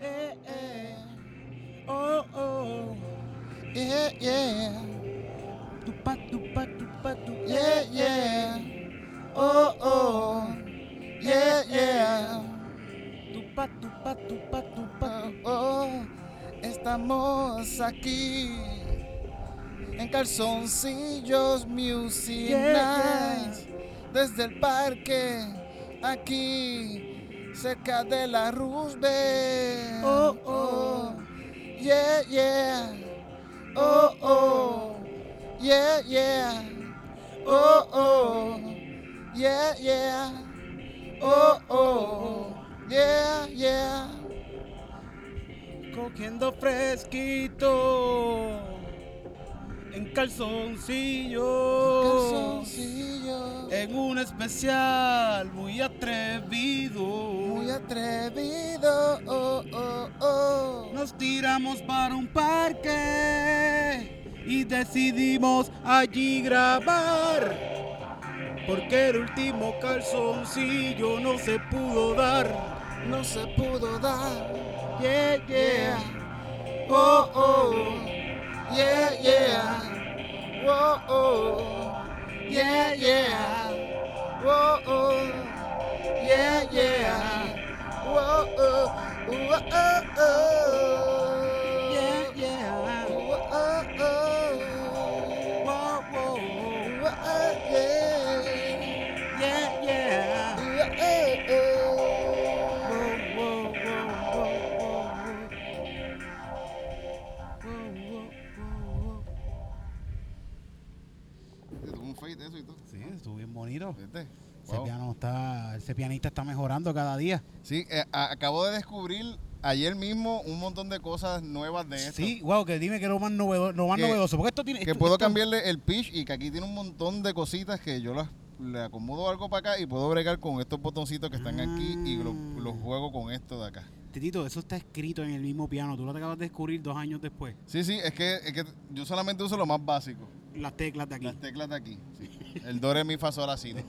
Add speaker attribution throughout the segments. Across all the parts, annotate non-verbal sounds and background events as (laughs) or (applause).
Speaker 1: Eh, eh. Oh, oh.
Speaker 2: Yeah, Eh, yeah.
Speaker 1: Tupa, tupa, tupa, tu. Eh,
Speaker 2: Yeah, yeah. Oh, oh. Yeah,
Speaker 1: Eh,
Speaker 2: yeah.
Speaker 1: Tupa, tupa, tupa, tupa.
Speaker 2: Oh, oh. Estamos aquí en calzoncillos Music
Speaker 1: Yeah, yeah.
Speaker 2: Nights. Desde el parque, aquí, cerca de la Roosevelt.
Speaker 1: Oh, oh.
Speaker 2: Yeah, yeah. Oh, oh. Yeah, yeah. Oh, oh. Yeah, yeah. Oh, oh. Yeah, yeah.
Speaker 1: Cogiendo fresquito. En calzoncillo.
Speaker 2: Calzoncillos.
Speaker 1: En un especial muy atrevido.
Speaker 2: Muy atrevido, oh, oh, oh.
Speaker 1: Nos tiramos para un parque y decidimos allí grabar. Porque el último calzoncillo no se pudo dar.
Speaker 2: No se pudo dar,
Speaker 1: Yeah,
Speaker 2: yeah.
Speaker 1: yeah.
Speaker 2: Oh, oh, yeah, yeah. Oh, oh, yeah, yeah. Oh, oh, yeah, yeah. Oh, oh, oh, oh, oh.
Speaker 1: Yeah, yeah.
Speaker 2: Oh, oh, oh.
Speaker 1: Wow,
Speaker 2: Oh,
Speaker 1: wow.
Speaker 2: oh, yeah.
Speaker 1: Yeah, yeah.
Speaker 2: Oh, oh, oh.
Speaker 1: Wow, wow, wow, wow, wow. Wow, wow, wow.
Speaker 3: Te tuvo un fade eso y todo.
Speaker 1: Sí, estuvo bien bonito.
Speaker 3: ¿Viste?
Speaker 1: Ese,
Speaker 3: Wow.
Speaker 1: piano está, ese pianista está mejorando cada día.
Speaker 3: Sí, eh, a- acabo de descubrir ayer mismo un montón de cosas nuevas de esto.
Speaker 1: Sí, wow, que dime que lo más novedoso, lo más
Speaker 3: Que-
Speaker 1: novedoso porque esto tiene
Speaker 3: Que
Speaker 1: esto-
Speaker 3: puedo
Speaker 1: esto-
Speaker 3: cambiarle el pitch y que aquí tiene un montón de cositas que yo las le acomodo algo para acá y puedo bregar con estos botoncitos que están aquí y lo-
Speaker 1: Ah.
Speaker 3: los juego con esto de acá.
Speaker 1: Titito, eso está escrito en el mismo piano. Tú lo acabas de descubrir dos años después.
Speaker 3: Sí, sí, es que, es que yo solamente uso lo más básico.
Speaker 1: Las teclas de aquí. Eh,
Speaker 3: Las teclas de aquí. sí. El do, re, mi, fa, sol, así. Es
Speaker 1: Ah,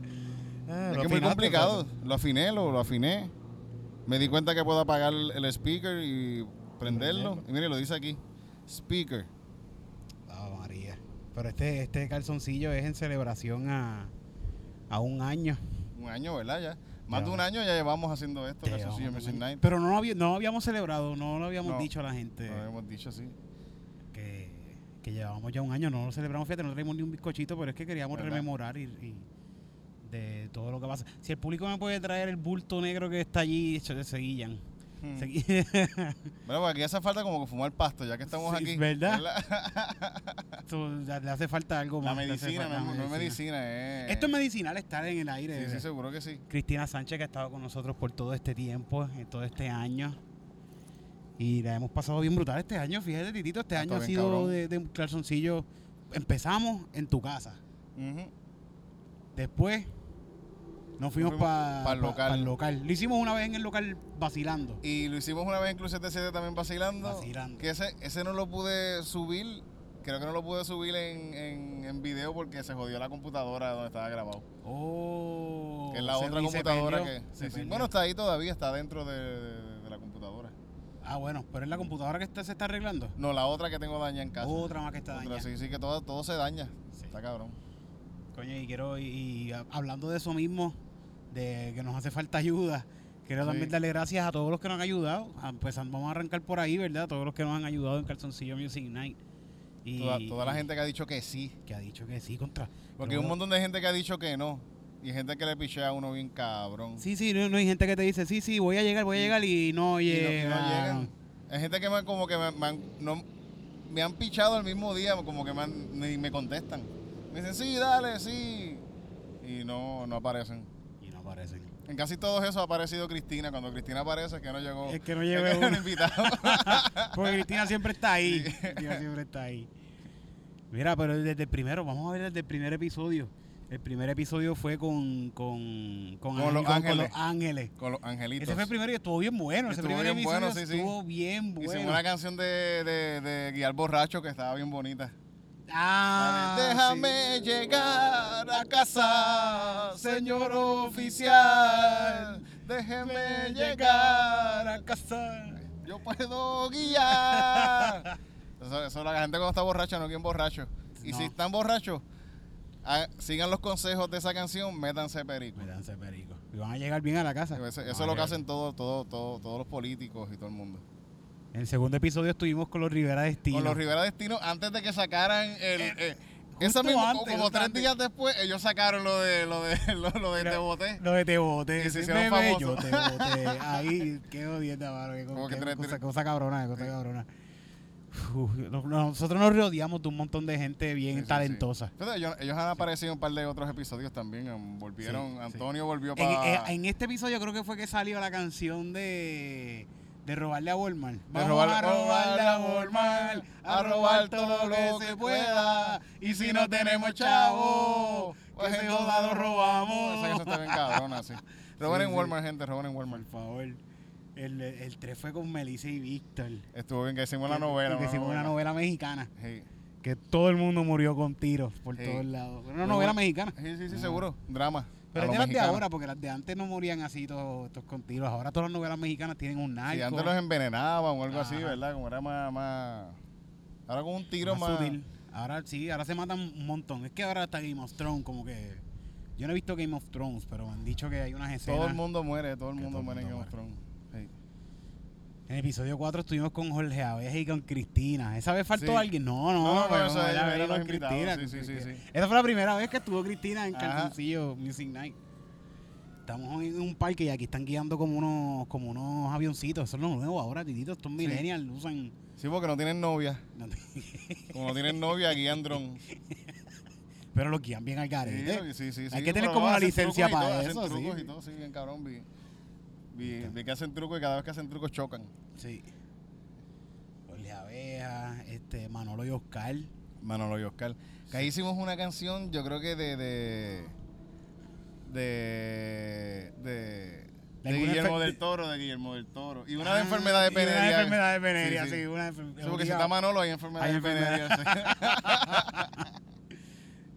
Speaker 3: que
Speaker 1: lo
Speaker 3: es muy
Speaker 1: afinaste,
Speaker 3: complicado.
Speaker 1: Fato.
Speaker 3: Lo afiné, lo, lo afiné. Me di cuenta que puedo apagar el el speaker y prenderlo.
Speaker 1: Prenderlo.
Speaker 3: Y mire, lo dice aquí. Speaker.
Speaker 1: Ah, María. Pero este, este calzoncillo es en celebración a, a un año.
Speaker 3: Un año, ¿verdad? Ya. Más de
Speaker 1: Llevamos-
Speaker 3: un año ya llevamos haciendo esto,
Speaker 1: Te
Speaker 3: Este Calzoncillo
Speaker 1: vamos a
Speaker 3: Music
Speaker 1: comer.
Speaker 3: Night.
Speaker 1: Pero no lo, había- no lo habíamos celebrado, no lo habíamos
Speaker 3: No.
Speaker 1: dicho a la gente
Speaker 3: Lo habíamos dicho así.
Speaker 1: que, que llevábamos ya un año. No lo celebramos, fíjate, no traímos ni un bizcochito, pero es que queríamos
Speaker 3: ¿Verdad?
Speaker 1: rememorar y, y de todo lo que pasa. Si el público me puede traer el bulto negro que está allí, se se guillan.
Speaker 3: Hmm.
Speaker 1: Se guillan. (laughs)
Speaker 3: Bueno, pues aquí hace falta como que fumar pasto, ya que estamos
Speaker 1: Sí,
Speaker 3: aquí.
Speaker 1: ¿verdad?
Speaker 3: Es La,
Speaker 1: Esto, ya le hace falta algo
Speaker 3: la
Speaker 1: más. le hace
Speaker 3: medicina,
Speaker 1: falta
Speaker 3: mi amor,
Speaker 1: la
Speaker 3: no es medicina, eh.
Speaker 1: Esto es medicinal estar en el aire.
Speaker 3: Sí,
Speaker 1: bebé.
Speaker 3: sí, seguro que sí.
Speaker 1: Cristina Sánchez que ha estado con nosotros por todo este tiempo, en todo este año. Y la hemos pasado bien brutal este año, fíjate, Titito, este
Speaker 3: Ah,
Speaker 1: año
Speaker 3: está
Speaker 1: ha
Speaker 3: bien,
Speaker 1: sido
Speaker 3: cabrón.
Speaker 1: de, de un calzoncillo. Empezamos en tu casa.
Speaker 3: Ujú.
Speaker 1: Después nos fuimos,
Speaker 3: fuimos
Speaker 1: para
Speaker 3: pa'l local.
Speaker 1: el local. Lo hicimos una vez en el local vacilando.
Speaker 3: Y lo hicimos una vez en Club 77 también vacilando.
Speaker 1: Vacilando.
Speaker 3: Que ese, ese no lo pude subir. Creo que no lo pude subir en, en, en video porque se jodió la computadora donde estaba grabado.
Speaker 1: Oh,
Speaker 3: que es la
Speaker 1: se-
Speaker 3: otra
Speaker 1: y se
Speaker 3: computadora
Speaker 1: perdió,
Speaker 3: que.
Speaker 1: se
Speaker 3: sí, sí.
Speaker 1: perdió.
Speaker 3: Bueno, está ahí todavía, está dentro de, de- de la computadora.
Speaker 1: Ah, bueno, pero es la computadora que está- se está arreglando.
Speaker 3: No, la otra que tengo daña en casa.
Speaker 1: Otra más que está
Speaker 3: Otra,
Speaker 1: dañada.
Speaker 3: sí, sí, que todo, todo se daña.
Speaker 1: Sí.
Speaker 3: Está cabrón.
Speaker 1: Coño, y quiero, y, y a- hablando de eso mismo, de que nos hace falta ayuda, quiero también
Speaker 3: Sí.
Speaker 1: darle gracias a todos los que nos han ayudado. A- Pues vamos a arrancar por ahí, ¿verdad? Todos los que nos han ayudado en Calzoncillo Music Night. Y,
Speaker 3: Toda, toda la gente que ha dicho que sí.
Speaker 1: que ha dicho que sí contra.
Speaker 3: Porque
Speaker 1: Yo
Speaker 3: hay un
Speaker 1: creo-
Speaker 3: montón de gente que ha dicho que no. Y gente que le pichea a uno bien cabrón.
Speaker 1: Sí, sí, no, no hay gente que te dice, sí, sí, voy a llegar, voy a llegar y no
Speaker 3: Y no- y no
Speaker 1: llega.
Speaker 3: llegan. Hay gente que me, como que me, me han, no- me han pichado el mismo día, como que me, han- ni me contestan. Me dicen, sí, dale, sí. Y no, no aparecen.
Speaker 1: Y no aparecen.
Speaker 3: En casi todos esos ha aparecido Cristina. Cuando Cristina aparece, es que no llegó.
Speaker 1: Es que no
Speaker 3: es
Speaker 1: llegó
Speaker 3: que (laughs) no
Speaker 1: uno. (laughs)
Speaker 3: invitado.
Speaker 1: Porque Cristina siempre está ahí.
Speaker 3: (laughs)
Speaker 1: Cristina siempre está ahí. Mira, pero desde el primero, vamos a ver desde el primer episodio. El primer episodio fue con, con,
Speaker 3: Con Los Ángeles.
Speaker 1: Los Ángeles.
Speaker 3: Con los angelitos.
Speaker 1: Ese fue el primero y estuvo bien bueno. Ese
Speaker 3: Estuvo
Speaker 1: primer
Speaker 3: bien
Speaker 1: episodio
Speaker 3: bueno, sí, sí.
Speaker 1: estuvo bien bueno.
Speaker 3: Hicimos una canción de, de, de Guiar Borracho que estaba bien bonita.
Speaker 1: Ah,
Speaker 3: Déjame llegar a casa, señor oficial. Déjeme llegar a casa. Yo
Speaker 1: (laughs)
Speaker 3: puedo guiar. Eso, eso la gente cuando está borracha no quieren borracho. Y
Speaker 1: No.
Speaker 3: si están borrachos, ah, sigan los consejos de esa canción, métanse perico.
Speaker 1: Me dan ese perico. Y van a llegar bien a la casa.
Speaker 3: Eso, eso
Speaker 1: Van
Speaker 3: es
Speaker 1: a
Speaker 3: lo que
Speaker 1: llegar.
Speaker 3: hacen todo, todo, todo, todos los políticos y todo el mundo.
Speaker 1: En el segundo episodio estuvimos con los Rivera Destino.
Speaker 3: Con los Rivera Destino, antes de que sacaran el. eh, esa
Speaker 1: justo
Speaker 3: misma,
Speaker 1: antes,
Speaker 3: como
Speaker 1: justo
Speaker 3: tres
Speaker 1: antes.
Speaker 3: días después, ellos sacaron lo de lo de (laughs) lo, lo de
Speaker 1: Mira,
Speaker 3: Te Boté.
Speaker 1: Lo de te boté.
Speaker 3: Que se
Speaker 1: ese
Speaker 3: hicieron
Speaker 1: bebé,
Speaker 3: famosos.
Speaker 1: yo te boté. Ahí, qué odieta, mano. Qué,
Speaker 3: Como
Speaker 1: qué
Speaker 3: que tres-
Speaker 1: cosa,
Speaker 3: tres-
Speaker 1: cosa cabrona, qué cosa cabrona. Uf, no- no, nosotros nos rodeamos de un montón de gente bien
Speaker 3: Sí, sí, sí.
Speaker 1: talentosa.
Speaker 3: Pero ellos, ellos han aparecido en un par de otros episodios también. em, Volvieron,
Speaker 1: Sí, sí.
Speaker 3: Antonio volvió
Speaker 1: En,
Speaker 3: para.
Speaker 1: en- en este episodio creo que fue que salió la canción de de robarle a Walmart. Vamos
Speaker 3: robarle-
Speaker 1: a robarle a Walmart, a robar todo lo que se pueda. Y si no tenemos chavo, que ese jodado
Speaker 3: Pues Esa
Speaker 1: robamos.
Speaker 3: canción está bien cabrona, sí. Roban
Speaker 1: (laughs) Sí,
Speaker 3: en
Speaker 1: sí.
Speaker 3: Walmart, gente, roban en Walmart.
Speaker 1: Por favor. El, el 3 fue con Melissa y Víctor.
Speaker 3: Estuvo bien que hicimos una
Speaker 1: Que-
Speaker 3: novela.
Speaker 1: Que hicimos una novela mexicana.
Speaker 3: Sí,
Speaker 1: Que todo el mundo murió con tiros por
Speaker 3: Sí.
Speaker 1: todos lados. Una
Speaker 3: Pero
Speaker 1: novela
Speaker 3: bueno,
Speaker 1: mexicana.
Speaker 3: sí, sí, sí,
Speaker 1: Ah.
Speaker 3: seguro. Drama.
Speaker 1: Pero
Speaker 3: a
Speaker 1: es
Speaker 3: lo
Speaker 1: de las de
Speaker 3: mexicano.
Speaker 1: ahora, porque las de antes no morían así todos, todos con tiros. Ahora todas las novelas mexicanas tienen un narco.
Speaker 3: Si antes los envenenaban o algo así,
Speaker 1: Ajá.
Speaker 3: ¿verdad? Como era más, más- Ahora con un tiro
Speaker 1: más
Speaker 3: más.
Speaker 1: sutil. Ahora sí, ahora se matan un montón. Es que ahora está Game of Thrones, como que. Yo no he visto Game of Thrones, pero me han dicho que hay unas escenas.
Speaker 3: Todo el mundo muere, todo el
Speaker 1: Que
Speaker 3: mundo
Speaker 1: todo el
Speaker 3: muere en Game
Speaker 1: mundo
Speaker 3: of Thrones. Sí.
Speaker 1: En el episodio 4 estuvimos con Jorge Abeja y con Cristina. ¿Esa vez faltó
Speaker 3: Sí.
Speaker 1: alguien? No, no,
Speaker 3: No, no,
Speaker 1: pero
Speaker 3: eso
Speaker 1: Jorge
Speaker 3: era-
Speaker 1: Abeja
Speaker 3: eran
Speaker 1: con
Speaker 3: los invitados, sí, sí, sí, sí.
Speaker 1: Esa fue la primera vez que estuvo Cristina en
Speaker 3: Ajá.
Speaker 1: Calzoncillo Music Night. Estamos en un parque y aquí están guiando como unos, como unos avioncitos. Eso es lo nuevo ahora, tititos. Estos millennials usan.
Speaker 3: Sí, porque no tienen novia. Como no tienen novia, guían dron.
Speaker 1: (laughs) Pero los guían bien al
Speaker 3: Sí,
Speaker 1: garete.
Speaker 3: sí, sí, sí,
Speaker 1: Hay que
Speaker 3: pero
Speaker 1: tener
Speaker 3: no,
Speaker 1: como la
Speaker 3: hacen
Speaker 1: licencia
Speaker 3: trucos y
Speaker 1: para
Speaker 3: todo,
Speaker 1: eso,
Speaker 3: Hacen
Speaker 1: sí.
Speaker 3: trucos y todo, sí, bien cabrón. Vi, vi- vi que hacen trucos y cada vez que hacen trucos chocan.
Speaker 1: Sí. Jorge Abeja, este, Manolo y Oscar.
Speaker 3: Manolo y Oscar. Que ahí hicimos una canción, yo creo que de. de. de. de, de
Speaker 1: alguna
Speaker 3: Guillermo
Speaker 1: enfer-
Speaker 3: del Toro, de Guillermo del Toro. Y una
Speaker 1: Ah,
Speaker 3: de enfermedad de
Speaker 1: y Una de
Speaker 3: Peneria.
Speaker 1: enfermedad de Veneria, sí.
Speaker 3: Sí, sí.
Speaker 1: una enfer-
Speaker 3: Sí, porque si está Manolo hay enfermedad
Speaker 1: Hay
Speaker 3: de
Speaker 1: enfermedad.
Speaker 3: (laughs) Peneria, sí.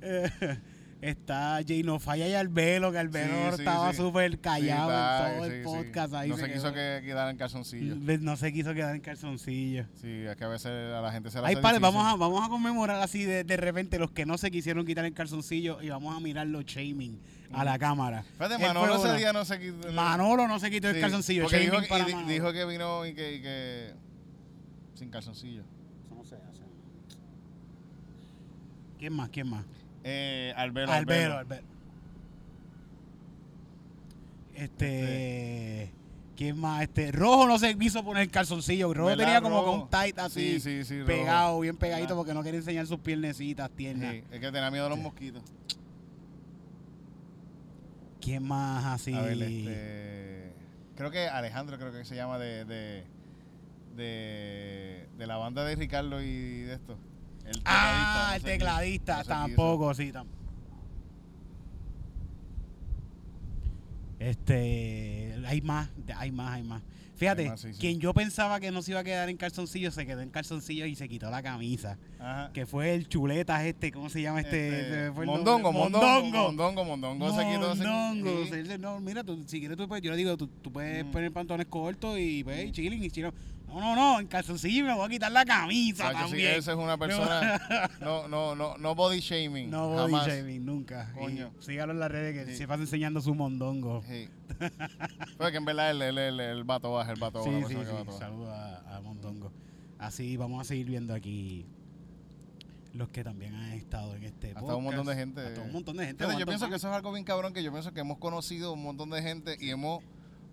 Speaker 1: Eh, (laughs) está Jane Falla y Albelo, que Albelo
Speaker 3: Sí, sí,
Speaker 1: estaba
Speaker 3: sí.
Speaker 1: súper callado
Speaker 3: Sí,
Speaker 1: en todo
Speaker 3: está-
Speaker 1: el
Speaker 3: sí, sí. Mm.
Speaker 1: podcast. Ahí
Speaker 3: no se, quiso
Speaker 1: quedó. Pues
Speaker 3: que quedara en calzoncillo.
Speaker 1: No se quiso quedar en calzoncillo.
Speaker 3: Sí, es que a veces a la gente se la
Speaker 1: Ay,
Speaker 3: hace
Speaker 1: padre,
Speaker 3: difícil.
Speaker 1: vamos a, vamos a conmemorar así de, de repente los que no se quisieron quitar el calzoncillo y vamos a mirar los shaming a la cámara.
Speaker 3: Fíjate,
Speaker 1: Él fue
Speaker 3: Mm. Manolo ese
Speaker 1: una.
Speaker 3: día no se quitó.
Speaker 1: Manolo no se quitó el
Speaker 3: Sí,
Speaker 1: calzoncillo.
Speaker 3: Porque
Speaker 1: shaming
Speaker 3: dijo, que-
Speaker 1: para
Speaker 3: y di-
Speaker 1: Manolo.
Speaker 3: dijo que vino y que, y que sin calzoncillo.
Speaker 1: Eso no se hace. ¿Quién más? ¿Quién más?
Speaker 3: Eh, Albero,
Speaker 1: Albero,
Speaker 3: Albero.
Speaker 1: Albero. Este. ¿Quién más? Este. Rojo no se quiso poner calzoncillo. Rojo
Speaker 3: ¿Verdad,
Speaker 1: tenía como
Speaker 3: Rojo?
Speaker 1: con tight así.
Speaker 3: Sí, sí, sí, Rojo.
Speaker 1: pegado, bien pegadito,
Speaker 3: ¿Verdad?
Speaker 1: porque no quería enseñar sus piernecitas tiernas.
Speaker 3: Sí, es que tenía miedo a los mosquitos.
Speaker 1: ¿Quién más así?
Speaker 3: A ver, este, creo que Alejandro, creo que se llama de, de, de, de la banda de Ricardo y de esto. El
Speaker 1: ah, el
Speaker 3: no sé quién-
Speaker 1: tecladista.
Speaker 3: no sé quién hizo.
Speaker 1: tampoco, sí, tampoco. Este. Hay más, hay más, hay más. Fíjate,
Speaker 3: Hay más, sí, sí.
Speaker 1: quien yo pensaba que no se iba a quedar en calzoncillo, se quedó en calzoncillo y se quitó la camisa.
Speaker 3: Ajá.
Speaker 1: que fue el chuleta este, ¿cómo se llama este? se me fue el
Speaker 3: mondongo,
Speaker 1: nombre.
Speaker 3: mondongo,
Speaker 1: mondongo.
Speaker 3: mondongo, mondongo, se quitó así.
Speaker 1: Mondongo.
Speaker 3: Sí.
Speaker 1: Se dice, No, mira, tú, si quieres tú puedes, yo le digo, tú, tú puedes
Speaker 3: Mm.
Speaker 1: poner pantalones cortos y pues,
Speaker 3: Mm.
Speaker 1: y chilling y chilling. No, no, no, en calzoncillo me voy a quitar la camisa
Speaker 3: Chacho, Ah, sí,
Speaker 1: también.
Speaker 3: esa es (laughs) una persona. No, no, no, no body shaming.
Speaker 1: no voy
Speaker 3: jamás.
Speaker 1: shaming, nunca. Y
Speaker 3: Coño.
Speaker 1: sígalo en las redes que
Speaker 3: Sí.
Speaker 1: se pasa enseñando su mondongo.
Speaker 3: Sí. Porque en verdad el, el, el, el vato baja, el vato
Speaker 1: Sí,
Speaker 3: baja. la
Speaker 1: sí,
Speaker 3: persona que
Speaker 1: sí.
Speaker 3: vato baja.
Speaker 1: Saludos a, a Mondongo. Así vamos a seguir viendo aquí los que también han estado en este
Speaker 3: Ha estado un montón de
Speaker 1: podcast.
Speaker 3: gente.
Speaker 1: Ha estado un montón de gente.
Speaker 3: Fíjate, yo
Speaker 1: aguantan
Speaker 3: pienso
Speaker 1: más.
Speaker 3: que eso es algo bien cabrón, que yo pienso que hemos conocido un montón de gente y hemos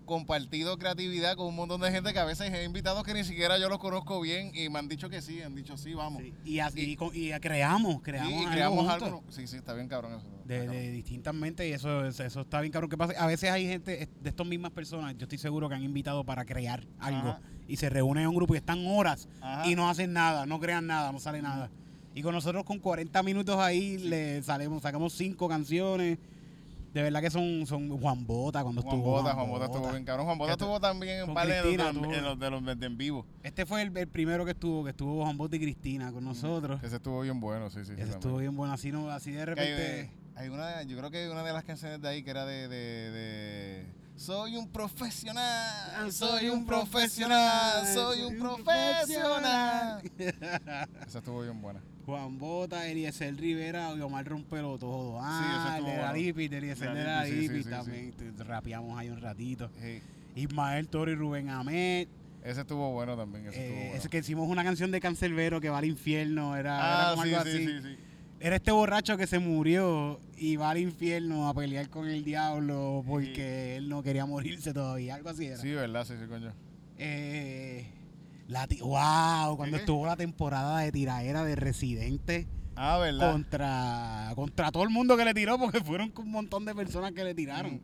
Speaker 3: compartido creatividad con un montón de gente que a veces he invitado que ni siquiera yo los conozco bien y me han dicho que sí, han dicho sí, vamos.
Speaker 1: Sí, Y, así, y, co- y creamos,
Speaker 3: Sí,
Speaker 1: creamos,
Speaker 3: y
Speaker 1: algo
Speaker 3: creamos
Speaker 1: juntos
Speaker 3: algo. Sí, sí, está bien cabrón eso. está
Speaker 1: De,
Speaker 3: cabrón.
Speaker 1: de distintas mentes y eso, es- eso está bien cabrón que pasa. A veces hay gente es- de estas mismas personas, yo estoy seguro que han invitado para crear algo
Speaker 3: Ajá.
Speaker 1: y se reúnen en un grupo y están horas
Speaker 3: Ajá.
Speaker 1: y no hacen nada, no crean nada, no sale nada. Y con nosotros con 40 minutos ahí le salemos, sacamos cinco canciones de verdad que son, son Juan Bota cuando
Speaker 3: Juan
Speaker 1: estuvo.
Speaker 3: Bota, Juan Bota estuvo bien cabrón. Juan Bota
Speaker 1: Ya tú-
Speaker 3: estuvo también en
Speaker 1: con
Speaker 3: un par de los-
Speaker 1: Cristina, tú-
Speaker 3: en los de los de en vivo.
Speaker 1: Este fue el, el primero que estuvo, que estuvo Juan Bota y Cristina
Speaker 3: Mm,
Speaker 1: con nosotros.
Speaker 3: Ese estuvo bien bueno, sí, sí. sí,
Speaker 1: Ese
Speaker 3: también.
Speaker 1: estuvo bien bueno, así, no, así de
Speaker 3: Que hay-
Speaker 1: repente.
Speaker 3: hay una, yo creo que una de las canciones de ahí que era de, de- de, Soy un
Speaker 1: Ah,
Speaker 3: profesional, soy un profesional, soy un profesional. Esa estuvo bien buena.
Speaker 1: Juan Bota, Eliezer Rivera y Omar Rompelo todo. Ah,
Speaker 3: ese estuvo
Speaker 1: de la
Speaker 3: bueno.
Speaker 1: Lipit, Eliezer de
Speaker 3: De la
Speaker 1: la
Speaker 3: Lipit, sí, sí,
Speaker 1: Lipit
Speaker 3: sí,
Speaker 1: también. te- Rapeamos ahí un ratito.
Speaker 3: Sí,
Speaker 1: Ismael Toro y Rubén Ahmed.
Speaker 3: ese estuvo bueno también, ese estuvo
Speaker 1: Eh,
Speaker 3: bueno.
Speaker 1: es que hicimos una canción de Cancelbero que va al infierno. Era, era
Speaker 3: Ah,
Speaker 1: como
Speaker 3: sí,
Speaker 1: algo
Speaker 3: sí,
Speaker 1: así.
Speaker 3: sí, sí.
Speaker 1: Era este borracho que se murió y va al infierno a pelear con el diablo porque él no quería morirse todavía. Algo así era.
Speaker 3: Sí, verdad, sí, sí, coño.
Speaker 1: Eh, la ti- wow, cuando
Speaker 3: ¿Qué?
Speaker 1: estuvo la temporada de tiraera de Residente
Speaker 3: Ah, verdad.
Speaker 1: contra, contra todo el mundo que le tiró, porque fueron un montón de personas que le tiraron.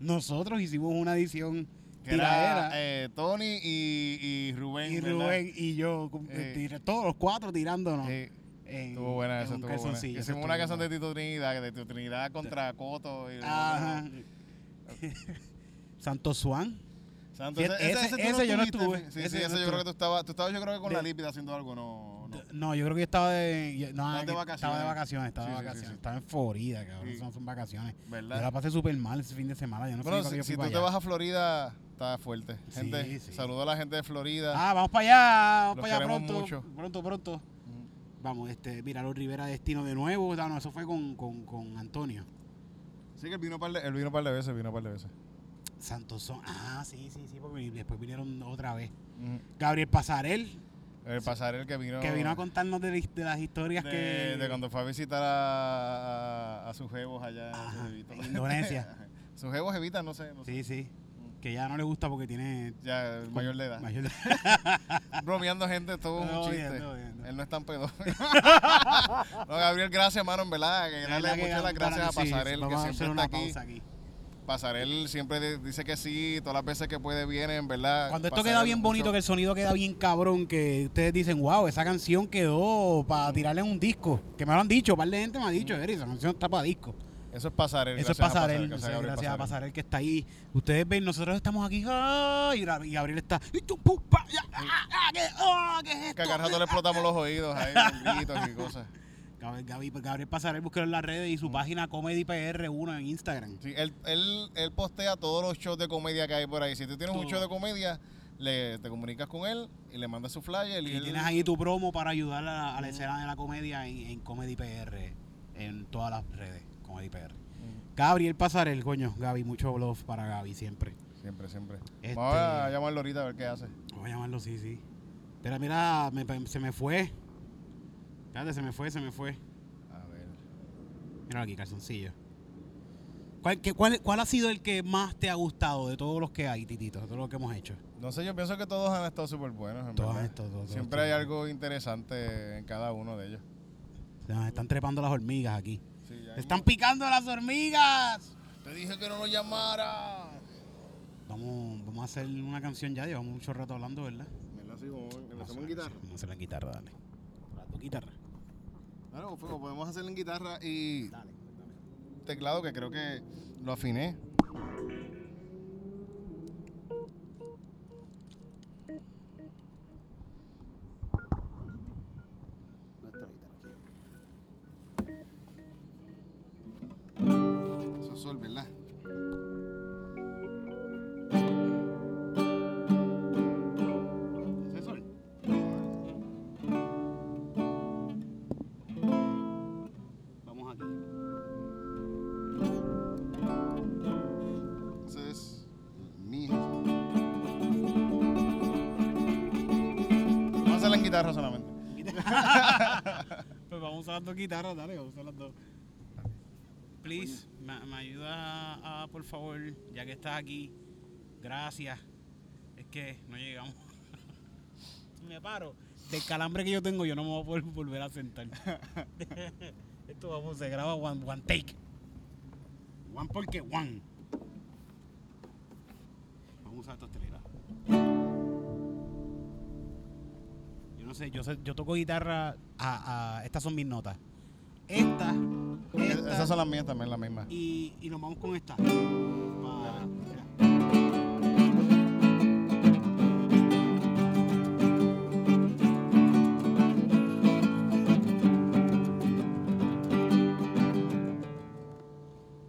Speaker 1: Nosotros hicimos una edición
Speaker 3: Mm. que era
Speaker 1: tiraera
Speaker 3: eh, Tony y, y Rubén.
Speaker 1: y
Speaker 3: ¿verdad?
Speaker 1: Rubén y yo, con-
Speaker 3: Eh.
Speaker 1: tira- todos los cuatro tirándonos.
Speaker 3: Sí,
Speaker 1: en-
Speaker 3: estuvo buena
Speaker 1: en
Speaker 3: esa,
Speaker 1: un
Speaker 3: estuvo buena.
Speaker 1: calzoncillo,
Speaker 3: Hicimos
Speaker 1: eso
Speaker 3: una
Speaker 1: estuvo
Speaker 3: canción de
Speaker 1: buena.
Speaker 3: Tito Trinidad, de Tito Trinidad contra Coto. Y
Speaker 1: Ajá. (laughs) Santo Swan.
Speaker 3: Santo,
Speaker 1: Fíjate, ese-
Speaker 3: tú
Speaker 1: ese yo no
Speaker 3: estuviste,
Speaker 1: estuve,
Speaker 3: fí- Sí,
Speaker 1: ese
Speaker 3: sí,
Speaker 1: yo no
Speaker 3: ese yo
Speaker 1: estuve.
Speaker 3: creo que tú estabas, tú estabas yo creo que con la
Speaker 1: De-
Speaker 3: lípida haciendo algo, no, no.
Speaker 1: No, yo creo que yo estaba de. yo- no,
Speaker 3: Estabas de
Speaker 1: que Estaba de
Speaker 3: vacaciones.
Speaker 1: vacaciones, estaba de
Speaker 3: Sí, sí, sí,
Speaker 1: vacaciones.
Speaker 3: sí.
Speaker 1: Estaba en Florida, cabrón.
Speaker 3: Sí.
Speaker 1: Eso no son vacaciones. Yo la
Speaker 3: ¿Verdad?
Speaker 1: pasé súper mal ese fin de semana. Yo no sé
Speaker 3: Bueno,
Speaker 1: ni cuándo
Speaker 3: si,
Speaker 1: yo fui
Speaker 3: si tú
Speaker 1: para
Speaker 3: te
Speaker 1: allá.
Speaker 3: vas a Florida, está fuerte.
Speaker 1: Sí,
Speaker 3: Gente,
Speaker 1: sí.
Speaker 3: saludo a la gente de Florida.
Speaker 1: Ah, vamos para allá, vamos
Speaker 3: Los
Speaker 1: para allá
Speaker 3: queremos
Speaker 1: pronto.
Speaker 3: mucho.
Speaker 1: Pronto, pronto.
Speaker 3: Mm.
Speaker 1: Vamos, este, mira, los Rivera Destino de nuevo. Ah, no, eso fue con, con, con Antonio.
Speaker 3: Sí, que él vino, un par de, él vino un par de veces, vino un par de veces.
Speaker 1: Santos son. Ah, sí, sí, sí, porque después vinieron otra vez.
Speaker 3: Mm.
Speaker 1: Gabriel Pasarel,
Speaker 3: El pasar el que vino,
Speaker 1: que vino a contarnos de, la- de las historias
Speaker 3: de,
Speaker 1: que.
Speaker 3: de cuando fue a visitar a, a, a sus jevos allá
Speaker 1: Ajá,
Speaker 3: su jevito.
Speaker 1: en Indonesia.
Speaker 3: (laughs) sus jevos jevitas, no sé, no sé.
Speaker 1: Sí, sí. Que ya no le gusta porque tiene.
Speaker 3: (laughs) Ya, mayor de edad.
Speaker 1: mayor de-
Speaker 3: bromeando gente, todo
Speaker 1: No,
Speaker 3: un
Speaker 1: bien,
Speaker 3: chiste.
Speaker 1: no, bien, no.
Speaker 3: Él no es tan pedo. (laughs) no, Gabriel, gracias, hermano, en verdad. Que darle
Speaker 1: verdad que
Speaker 3: muchas las
Speaker 1: para-
Speaker 3: gracias a
Speaker 1: sí, sí,
Speaker 3: Pasarel, que
Speaker 1: vamos a
Speaker 3: siempre
Speaker 1: hacer una
Speaker 3: está aquí.
Speaker 1: pausa aquí.
Speaker 3: Pasarel siempre de- dice que sí, todas las veces que puede viene, en verdad.
Speaker 1: Cuando esto
Speaker 3: Pasarel
Speaker 1: queda bien
Speaker 3: mucho-
Speaker 1: bonito, que el sonido queda bien cabrón, que ustedes dicen, wow, esa canción quedó
Speaker 3: Mm.
Speaker 1: para tirarle en un disco. Que me lo han dicho, un par de gente me ha dicho, Eri, esa canción está para disco.
Speaker 3: Eso es Pasarel.
Speaker 1: Eso es
Speaker 3: gracias a
Speaker 1: Pasarel,
Speaker 3: gracias
Speaker 1: gracias,
Speaker 3: a Gabriel
Speaker 1: gracias a
Speaker 3: Pasarel.
Speaker 1: Pasarel que está ahí. Ustedes ven, nosotros estamos aquí, ah, y, Gab- y Gabriel está, "Y tú, pu, pa, ya, ah, ah, ¿qué, ah, qué es
Speaker 3: Que
Speaker 1: esto?
Speaker 3: a cada rato le explotamos los oídos
Speaker 1: (laughs)
Speaker 3: ahí, con gritos y cosas.
Speaker 1: Gabriel, Gabi- pues Gabriel Pasarel, búsquelo en las redes y su página ComedyPR1 en Instagram.
Speaker 3: Sí, él, él, él postea todos los shows de comedia que hay por ahí. Si tú tienes un
Speaker 1: Todo.
Speaker 3: show de comedia, le, te comunicas con él y le mandas su flyer. Y,
Speaker 1: Y
Speaker 3: él-
Speaker 1: tienes ahí tu promo para ayudar a, a la escena de la comedia en, en Comedy PR, en todas las redes, Comedy PR.
Speaker 3: Mm,
Speaker 1: Gabriel Pasarel, coño, Gaby, mucho love para Gaby siempre.
Speaker 3: Siempre, siempre.
Speaker 1: Este-
Speaker 3: Vamos a llamarlo ahorita a ver qué hace.
Speaker 1: Voy a llamarlo, sí, sí. Pero mira, me- me- se me fue. Espérate, se me fue, se me fue.
Speaker 3: A ver.
Speaker 1: Mira aquí, calzoncillo. ¿Cuál, qué- cuál, ¿Cuál ha sido el que más te ha gustado de todos los que hay, Titito? De todos los que hemos hecho.
Speaker 3: No sé, yo pienso que todos han estado súper buenos. en
Speaker 1: Todos
Speaker 3: verdad.
Speaker 1: han estado- todos- todos-
Speaker 3: Siempre
Speaker 1: todos.
Speaker 3: hay algo interesante en cada uno de ellos.
Speaker 1: Se nos están trepando las hormigas aquí.
Speaker 3: Sí, ya
Speaker 1: ¡Se están picando las hormigas!
Speaker 3: mismo. Te dije que no lo llamara.
Speaker 1: Vamos, vamos a hacer una canción ya, llevamos mucho rato hablando, ¿verdad?
Speaker 3: ¿Verdad? Sí, como- que
Speaker 1: Vamos
Speaker 3: lo
Speaker 1: a
Speaker 3: hacemos en
Speaker 1: hacer-
Speaker 3: guitarra.
Speaker 1: Vamos a hacerla en guitarra, dale. Tu guitarra.
Speaker 3: Claro, pues, como podemos hacerlo en guitarra y teclado que creo que lo afiné. Eso es sol, ¿verdad?
Speaker 1: ¿Ese sol? Vamos aquí.
Speaker 3: Ese es mi. Vamos a hacerla en guitarra solamente.
Speaker 1: Pues vamos a usar las dos guitarras, dale, vamos a usar las dos. Please, me, me ayuda a, por favor, ya que estás aquí. Gracias. Es que no llegamos. (laughs) me paro. Del calambre que yo tengo, yo no me voy a poder volver a (laughs) sentar. Esto vamos, se graba one, one take. One porque one. Vamos a usar esta telera. Yo no sé, yo, sé- yo toco guitarra. a- a- estas son mis notas. Esta, esta, esta.
Speaker 3: Esas son las mías también, las mismas.
Speaker 1: Y, y nos vamos con esta. Pa- mira.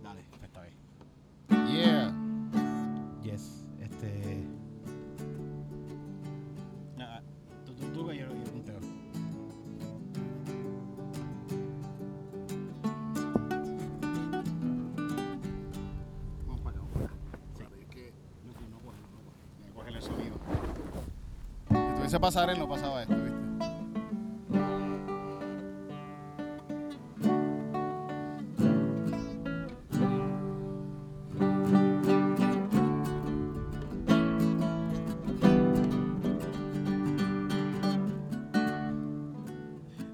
Speaker 1: Dale, esta vez.
Speaker 3: Yeah.
Speaker 1: Yes, este. Nada, tú, tú, tú que yo lo yo punteo.
Speaker 3: Vamos para acá, vamos para acá.
Speaker 1: Sí.
Speaker 3: Espérate, es que-
Speaker 1: No, no, no, coge, no, coge.
Speaker 3: Me cogen el sonido. Si tuviese pasar, no pasaba esto, ¿viste?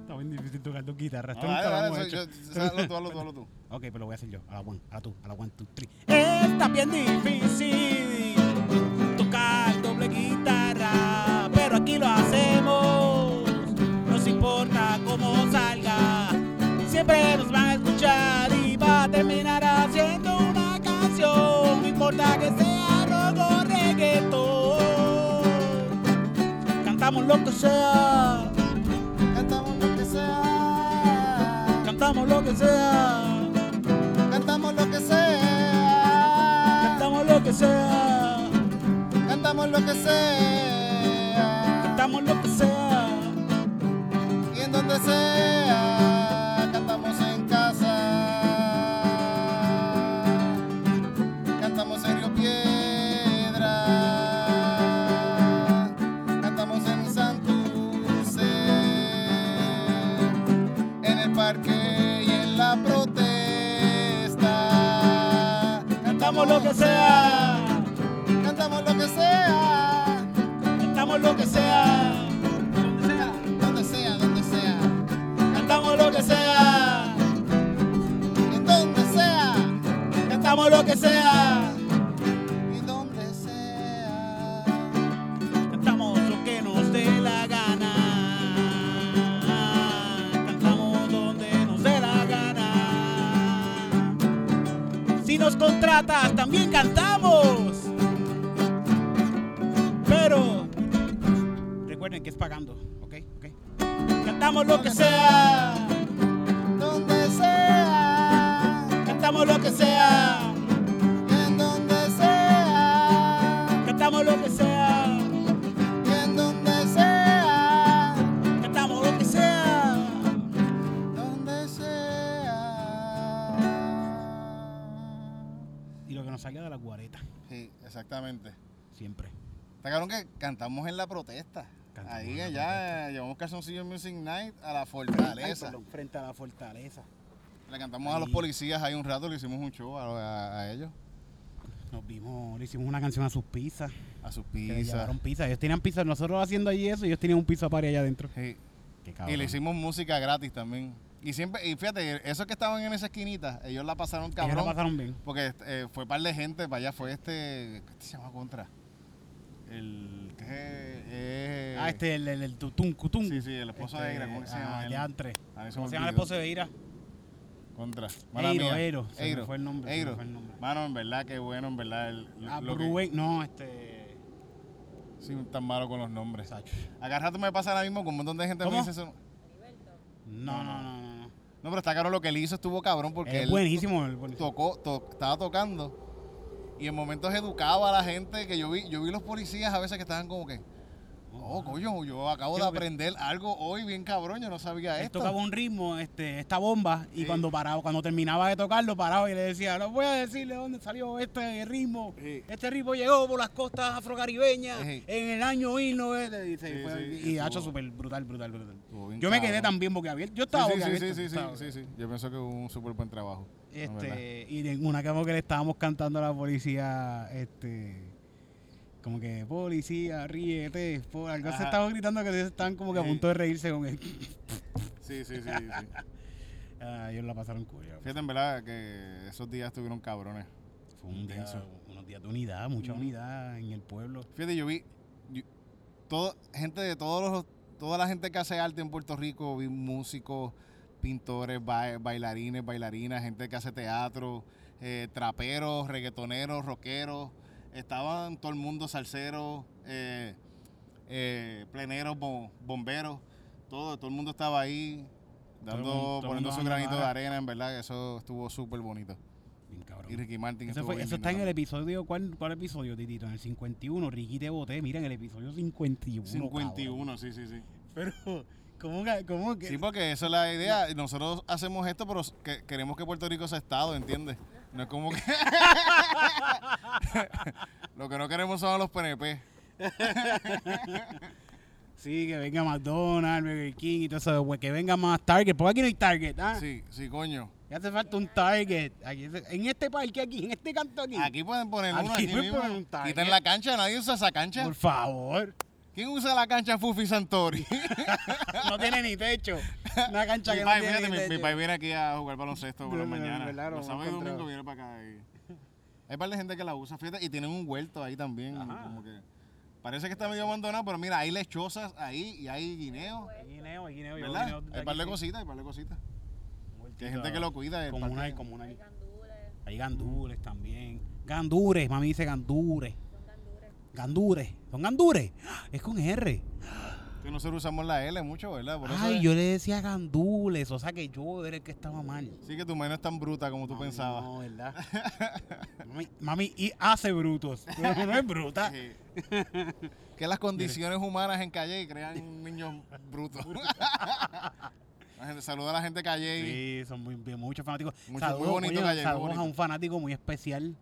Speaker 1: Está bien difícil tocar dos guitarras.
Speaker 3: No,
Speaker 1: esto nunca
Speaker 3: dale,
Speaker 1: lo
Speaker 3: dale,
Speaker 1: hemos
Speaker 3: soy
Speaker 1: hecho.
Speaker 3: Ah, yo. Sí, hazlo tú, hazlo tú, hazlo tú.
Speaker 1: Ok, pero lo voy a hacer yo. A la one, a la two, a la one, two, three. Está bien difícil tocar doble guitarra, pero aquí lo hacemos. Nos importa cómo salga, siempre nos van a escuchar y va a terminar haciendo una canción. No importa que sea rock o reggaetón, cantamos lo que sea,
Speaker 3: Cantamos lo que sea.
Speaker 1: cantamos lo que sea.
Speaker 3: Cantamos lo
Speaker 1: Cantamos
Speaker 3: que sea.
Speaker 1: lo que sea,
Speaker 3: Cantamos lo
Speaker 1: (laughs)
Speaker 3: que (laughs) sea.
Speaker 1: cantamos lo que sea.
Speaker 3: Y en donde sea, cantamos en casa, cantamos en Río Piedra, cantamos en Santurce, en el parque y en la protesta.
Speaker 1: Cantamos lo que sea,
Speaker 3: cantamos lo que sea,
Speaker 1: cantamos lo que sea,
Speaker 3: donde sea, donde sea,
Speaker 1: cantamos lo que sea,
Speaker 3: en donde sea.
Speaker 1: cantamos lo que sea,
Speaker 3: y donde sea.
Speaker 1: cantamos lo que nos dé la gana, cantamos donde nos dé la gana. Si nos contratas, también cantamos. Pero recuerden que es pagando, ¿ok? ¿Ok? Cantamos lo que sea,
Speaker 3: Donde sea,
Speaker 1: cantamos lo que sea,
Speaker 3: y en donde sea,
Speaker 1: cantamos lo que sea,
Speaker 3: y en donde sea,
Speaker 1: cantamos lo que sea.
Speaker 3: donde sea.
Speaker 1: Y lo que nos salga de la guareta,
Speaker 3: Sí, exactamente.
Speaker 1: siempre.
Speaker 3: Está cabrón que cantamos en la protesta.
Speaker 1: Cantamos en
Speaker 3: Ahí
Speaker 1: la
Speaker 3: allá llevamos Calzoncillo Music Night a la fortaleza.
Speaker 1: Ay, perdón, frente a la fortaleza.
Speaker 3: Le cantamos a los
Speaker 1: Ahí.
Speaker 3: policías ahí un rato, le hicimos un show a, a- a ellos,
Speaker 1: Nos vimos, le hicimos una canción a sus pizzas.
Speaker 3: a sus
Speaker 1: que le
Speaker 3: pizzas.
Speaker 1: llevaron pizza. Ellos tenían pizza, nosotros haciendo ahí eso, ellos tenían un pizza party allá adentro.
Speaker 3: Sí.
Speaker 1: Qué
Speaker 3: Y
Speaker 1: cabrón.
Speaker 3: le hicimos música gratis también. Y siempre, y fíjate, esos que estaban en esa esquinita, ellos la pasaron
Speaker 1: Ellos la
Speaker 3: cabrón.
Speaker 1: pasaron bien.
Speaker 3: Porque eh, fue par de gente para allá, fue este. ¿Qué se llama contra? El. ¿Qué? Eh,
Speaker 1: Ah, este, el, el, el tutum, cutum.
Speaker 3: Sí, sí, el esposo de Ira, ¿cómo que se llama?
Speaker 1: Ah,
Speaker 3: él?
Speaker 1: de Antre.
Speaker 3: A mí se
Speaker 1: ¿Cómo
Speaker 3: me
Speaker 1: se llama el
Speaker 3: olvidó.
Speaker 1: esposo de Ira?
Speaker 3: Contra. Mala
Speaker 1: Eiro,
Speaker 3: mía.
Speaker 1: Eiro, se me
Speaker 3: Eiro,
Speaker 1: fue el nombre, se me
Speaker 3: Eiro.
Speaker 1: fue el nombre.
Speaker 3: Mano, en verdad, qué bueno, en verdad. El,
Speaker 1: Ah,
Speaker 3: lo que-
Speaker 1: Rubén. No, este.
Speaker 3: Sí, tan malo con los nombres.
Speaker 1: Sacho.
Speaker 3: Acá rato me pasa ahora mismo con un montón de gente que me
Speaker 1: ¿Cómo?
Speaker 3: dice eso.
Speaker 1: No, no, no, no. no.
Speaker 3: No, pero está cabrón lo que él hizo, estuvo cabrón porque
Speaker 1: Es
Speaker 3: él.
Speaker 1: buenísimo. el- el-
Speaker 3: tocó, to- estaba tocando y en momentos educaba a la gente que yo vi, yo vi los policías a veces que estaban como que, oh coño, yo acabo de
Speaker 1: Sí, porque-
Speaker 3: aprender algo hoy bien cabrón, yo no sabía
Speaker 1: Él
Speaker 3: esto.
Speaker 1: tocaba un ritmo, este, esta bomba, y
Speaker 3: Sí.
Speaker 1: cuando paraba, cuando terminaba de tocarlo, paraba y le decía, no voy a decirle dónde salió este ritmo.
Speaker 3: Sí.
Speaker 1: Este ritmo llegó por las costas afrocaribeñas
Speaker 3: Sí.
Speaker 1: en el año 19. Y, se
Speaker 3: Sí,
Speaker 1: fue-
Speaker 3: sí,
Speaker 1: y
Speaker 3: estuvo-
Speaker 1: ha hecho súper brutal, brutal, brutal.
Speaker 3: Estuvo bien
Speaker 1: Yo me quedé
Speaker 3: cabrón.
Speaker 1: (laughs) también boquiabierto. Yo
Speaker 3: Sí,
Speaker 1: estaba
Speaker 3: sí,
Speaker 1: boquiabierto.
Speaker 3: sí, sí, sí,
Speaker 1: estaba-
Speaker 3: sí, sí, sí. Yo pienso que hubo un súper buen trabajo. en verdad.
Speaker 1: Este, y en una como que le estábamos cantando a la policía, este, como que policía, ríete, po-", algo se
Speaker 3: Ajá. Eh.
Speaker 1: estaba gritando que están como que a
Speaker 3: Sí.
Speaker 1: punto de reírse con él.
Speaker 3: Sí, sí, sí, sí.
Speaker 1: Ah, ellos la pasaron cuya.
Speaker 3: Fíjate en verdad que esos días estuvieron cabrones.
Speaker 1: Fue un día,
Speaker 3: Denso.
Speaker 1: unos días de unidad, mucha
Speaker 3: Ujú.
Speaker 1: unidad en el pueblo.
Speaker 3: Fíjate, yo vi yo- todo, gente de todos los, toda la gente que hace arte en Puerto Rico, vi músicos, pintores, ba- bailarines, bailarinas, gente que hace teatro, eh, traperos, reggaetoneros, rockeros. Estaban todo el mundo, salseros, eh, eh, pleneros, bo- bomberos, todo, todo el mundo estaba ahí
Speaker 1: Todo
Speaker 3: dando,
Speaker 1: el mundo- todo el
Speaker 3: poniendo
Speaker 1: mundo
Speaker 3: su
Speaker 1: dando
Speaker 3: granito de
Speaker 1: vara.
Speaker 3: arena, en verdad, que eso estuvo súper bonito.
Speaker 1: Bien cabrón.
Speaker 3: Y Ricky Martin
Speaker 1: Eso,
Speaker 3: estuvo
Speaker 1: fue-
Speaker 3: bien
Speaker 1: eso está en
Speaker 3: lindo
Speaker 1: el episodio, ¿cuál, cuál episodio, Titito? En el 51, Ricky te boté, mira, en el episodio 51.
Speaker 3: también.
Speaker 1: cabrón.
Speaker 3: 51, sí, sí, sí.
Speaker 1: Pero, ¿cómo que, cómo que
Speaker 3: Sí, porque esa es la idea. Nosotros hacemos esto, pero que- queremos que Puerto Rico sea Estado, ¿entiendes? No es como que... (laughs) Lo que no queremos son a los PNP.
Speaker 1: Sí, que venga McDonald's, Burger King y todo eso, pues, que venga más Target, porque aquí no hay Target, ¿ah?
Speaker 3: Sí, sí, coño.
Speaker 1: Ya hace falta un Target. Aquí, en este parque aquí, en este canto aquí.
Speaker 3: Aquí pueden poner uno
Speaker 1: Aquí
Speaker 3: aquí
Speaker 1: pueden
Speaker 3: mismo.
Speaker 1: poner un target.
Speaker 3: Quitan la cancha, nadie usa esa cancha.
Speaker 1: Por favor. (laughs)
Speaker 3: ¿Quién usa la cancha Fufi Santori?
Speaker 1: No tiene ni techo. Una (laughs) cancha
Speaker 3: mi
Speaker 1: que
Speaker 3: pai,
Speaker 1: no tiene
Speaker 3: fíjate,
Speaker 1: ni
Speaker 3: mi, mi
Speaker 1: techo.
Speaker 3: pai viene aquí a jugar baloncesto por la
Speaker 1: No, no, no,
Speaker 3: mañana.
Speaker 1: verdad, lo
Speaker 3: Los
Speaker 1: hemos
Speaker 3: sábados y
Speaker 1: encontrado.
Speaker 3: domingos viene para acá. y- Hay par de gente que la usa, fíjate, y tienen un huerto ahí también.
Speaker 1: Ajá.
Speaker 3: como que- parece que está medio abandonado, pero mira, hay lechosas ahí y hay guineos.
Speaker 1: Hay guineo, hay guineo. yo
Speaker 3: ¿Verdad?
Speaker 1: guineo desde
Speaker 3: Hay par de
Speaker 1: aquí, sí.
Speaker 3: cositas, hay par de cositas. Que
Speaker 1: Muertito.
Speaker 3: hay gente que lo cuida. el
Speaker 1: Comunal,
Speaker 3: parque.
Speaker 1: comunal.
Speaker 4: Hay gandules,
Speaker 1: Hay gandules también. Gandures, mami dice gandures.
Speaker 4: son gandules.
Speaker 1: Gandures. ¿Son gandures? Es con R.
Speaker 3: Que nosotros usamos la L mucho, ¿verdad? Por eso
Speaker 1: Ay,
Speaker 3: es-
Speaker 1: yo le decía gandules. O sea que yo era el que estaba mal.
Speaker 3: Sí que tu mano es tan bruta como tú
Speaker 1: Mami,
Speaker 3: pensabas.
Speaker 1: No,
Speaker 3: (laughs)
Speaker 1: ¿verdad? mami, mami, y hace brutos. (laughs) Pero no es bruta.
Speaker 3: Sí. (laughs) que las condiciones humanas en Calle crean niños brutos. (laughs) La gente- Saluda a la gente de Calle.
Speaker 1: Sí, son muy, bien, muchos fanáticos.
Speaker 3: Mucho- muy bonito,
Speaker 1: coño,
Speaker 3: Calle, muy
Speaker 1: saludos
Speaker 3: bonito. Mm.
Speaker 1: a un fanático muy especial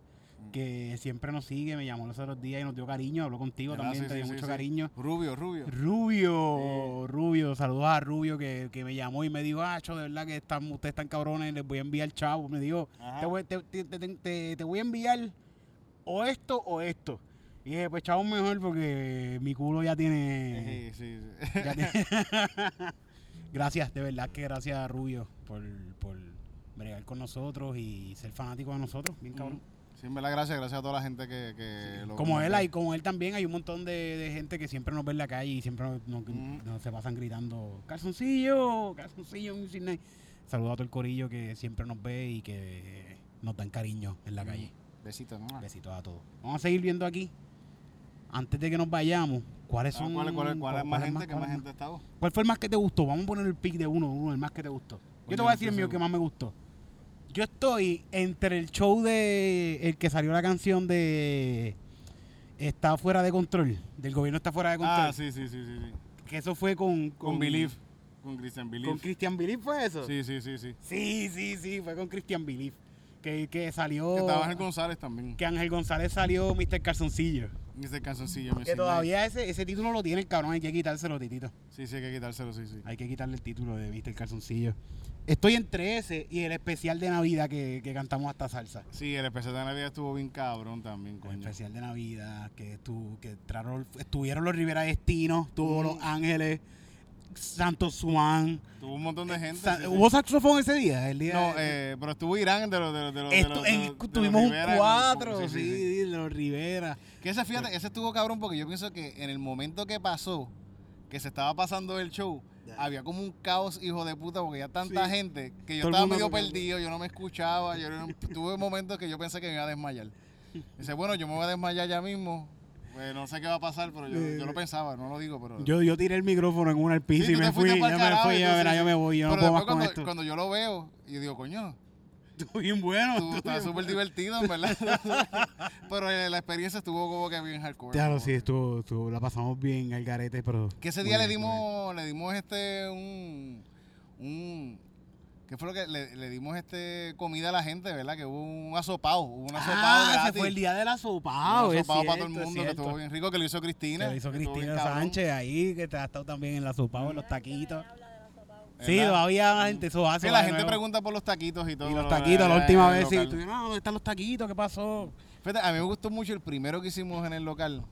Speaker 1: que siempre nos sigue, me llamó los otros días y nos dio cariño, habló contigo
Speaker 3: ¿Verdad?
Speaker 1: también,
Speaker 3: Ah,
Speaker 1: te
Speaker 3: Sí, sí,
Speaker 1: dio
Speaker 3: sí,
Speaker 1: mucho
Speaker 3: sí.
Speaker 1: cariño.
Speaker 3: Rubio, rubio.
Speaker 1: Rubio, Rubio, saludos a Rubio que, que me llamó y me dijo, Acho, de verdad que están, ustedes están cabrones, les voy a enviar chavo. Me dijo,
Speaker 3: Ajá.
Speaker 1: te voy, te, te- te- te- te voy a enviar o esto o esto. Y dije, pues chavo mejor porque mi culo ya tiene...
Speaker 3: Sí, sí, sí.
Speaker 1: Ya te- (laughs) gracias, de verdad que gracias a Rubio por, por bregar con nosotros y ser fanático de nosotros, bien cabrón.
Speaker 3: (laughs) Sí, en verdad, gracias, gracias a toda la gente que, que Eh, lo
Speaker 1: Como él,
Speaker 3: comentó.
Speaker 1: hay, como él también, hay un montón de, de gente que siempre nos ve en la calle y siempre nos, nos-
Speaker 3: Ujú.
Speaker 1: nos se pasan gritando, calzoncillo, calzoncillo, Music Night". Saludo a todo el corillo que siempre nos ve y que nos dan cariño en la calle.
Speaker 3: Besitos, ¿no? Ah,
Speaker 1: Besitos a todos. Vamos a seguir viendo aquí, antes de que nos vayamos, cuáles
Speaker 3: Ah,
Speaker 1: son...
Speaker 3: ¿Cuál, cuál, cuál
Speaker 1: cuál-
Speaker 3: es más
Speaker 1: cuál es
Speaker 3: gente? ¿Qué
Speaker 1: cuál
Speaker 3: más
Speaker 1: es
Speaker 3: gente ha estado?
Speaker 1: ¿Cuál fue el más que te gustó? Vamos a poner el pick de uno, uno, el más que te gustó. Yo
Speaker 3: Oye,
Speaker 1: te voy a decir el
Speaker 3: no
Speaker 1: mío
Speaker 3: sé.
Speaker 1: que más me gustó. Yo estoy entre el show de el que salió la canción de Está fuera de control, del gobierno está fuera de control,
Speaker 3: Ah, sí, sí, sí, sí. sí.
Speaker 1: que eso fue con
Speaker 3: Con, Belief. Con Christian Belief.
Speaker 1: Con Christian Belief fue eso.
Speaker 3: Sí, sí, sí, sí.
Speaker 1: sí, sí, sí, fue con Christian Belief que, que salió
Speaker 3: Que estaba Ángel González también.
Speaker 1: Oh. que Ángel González salió Mr. Calzoncillo.
Speaker 3: Ese canzoncillo. me
Speaker 1: Que todavía ese, ese título lo tiene el cabrón, hay que quitárselo, titito.
Speaker 3: Sí, sí, hay que quitárselo, sí, sí.
Speaker 1: Hay que quitarle el título de Mr. Calzoncillo. Estoy entre ese y el especial de Navidad que, que cantamos hasta salsa.
Speaker 3: Sí, el especial de Navidad estuvo bien cabrón también,
Speaker 1: El
Speaker 3: coño.
Speaker 1: especial de Navidad que, estuvo, que traron- estuvieron los Rivera Destino, estuvo
Speaker 3: Mm.
Speaker 1: Los Ángeles, Santos Swan.
Speaker 3: Tuvo un montón de gente.
Speaker 1: Eh, Sa-
Speaker 3: sí, sí.
Speaker 1: ¿Hubo saxofón ese día? El día
Speaker 3: No, eh, pero estuvo Irán de los de los de los. de
Speaker 1: Estu-
Speaker 3: los- de
Speaker 1: en-
Speaker 3: los- de los
Speaker 1: tuvimos un
Speaker 3: Rivera, con- con-
Speaker 1: cuatro,
Speaker 3: sí,
Speaker 1: sí,
Speaker 3: sí, sí.
Speaker 1: de los Rivera.
Speaker 3: Que ese, fíjate, ese estuvo cabrón porque yo pienso que en el momento que pasó, que se estaba pasando el show, había como un caos, hijo de puta, porque ya tanta
Speaker 1: Sí.
Speaker 3: gente que yo
Speaker 1: Todo el
Speaker 3: estaba
Speaker 1: mundo
Speaker 3: medio
Speaker 1: tocando.
Speaker 3: perdido, yo no me escuchaba, yo no- tuve momentos que yo pensé que me iba a desmayar. Dice, bueno, yo me voy a desmayar ya mismo. Pues no sé qué va a pasar, pero yo, yo lo pensaba, no lo digo, pero.
Speaker 1: Yo, yo tiré el micrófono en una al piso
Speaker 3: Sí,
Speaker 1: y
Speaker 3: tú
Speaker 1: me
Speaker 3: te
Speaker 1: fui,
Speaker 3: fuiste
Speaker 1: yo
Speaker 3: pa'l
Speaker 1: me
Speaker 3: carajo,
Speaker 1: fui, yo,
Speaker 3: entonces
Speaker 1: mira, yo
Speaker 3: sí.
Speaker 1: me voy, yo no
Speaker 3: pero
Speaker 1: puedo más
Speaker 3: después
Speaker 1: con
Speaker 3: cuando,
Speaker 1: esto. (laughs)
Speaker 3: cuando yo lo veo, yo digo, coño,
Speaker 1: Estuvo bien bueno.
Speaker 3: tú,
Speaker 1: estuvo
Speaker 3: estás
Speaker 1: bien
Speaker 3: súper divertido, en ¿verdad? (laughs) pero eh, la experiencia estuvo como que bien hardcore.
Speaker 1: Ya lo
Speaker 3: como
Speaker 1: sí, estuvo, estuvo- la pasamos bien al garete, pero.
Speaker 3: Que ese
Speaker 1: muy
Speaker 3: día le
Speaker 1: bien, muy bien.
Speaker 3: dimos, le dimos este un, un ¿qué fue lo que le, le dimos este comida a la gente, verdad? Que hubo un asopado, hubo un asopado
Speaker 1: Ah,
Speaker 3: gratis.
Speaker 1: ese fue el día del asopado.
Speaker 3: Un
Speaker 1: es
Speaker 3: asopado para todo el
Speaker 1: cierto, es
Speaker 3: mundo, que estuvo
Speaker 1: cierto.
Speaker 3: bien rico, que lo hizo
Speaker 1: Que
Speaker 3: Cristina.
Speaker 1: lo hizo
Speaker 3: que estuvo bien
Speaker 1: Cristina
Speaker 3: cabrón.
Speaker 1: Sánchez ahí, que ha estado también en el asopado, en los taquitos.
Speaker 4: Habla de la sopa.
Speaker 1: Sí,
Speaker 3: ¿Verdad?
Speaker 1: todavía la gente eso hace.
Speaker 3: Sí, la
Speaker 1: de
Speaker 3: gente
Speaker 1: nuevo.
Speaker 3: pregunta por los taquitos y todo.
Speaker 1: Y los
Speaker 3: lo-
Speaker 1: taquitos, la
Speaker 3: allá
Speaker 1: última
Speaker 3: en el
Speaker 1: vez, sí.
Speaker 3: local.
Speaker 1: tú, No, ¿dónde están los taquitos? ¿Qué pasó?
Speaker 3: Fíjate, a mí me gustó mucho el primero que hicimos en el local.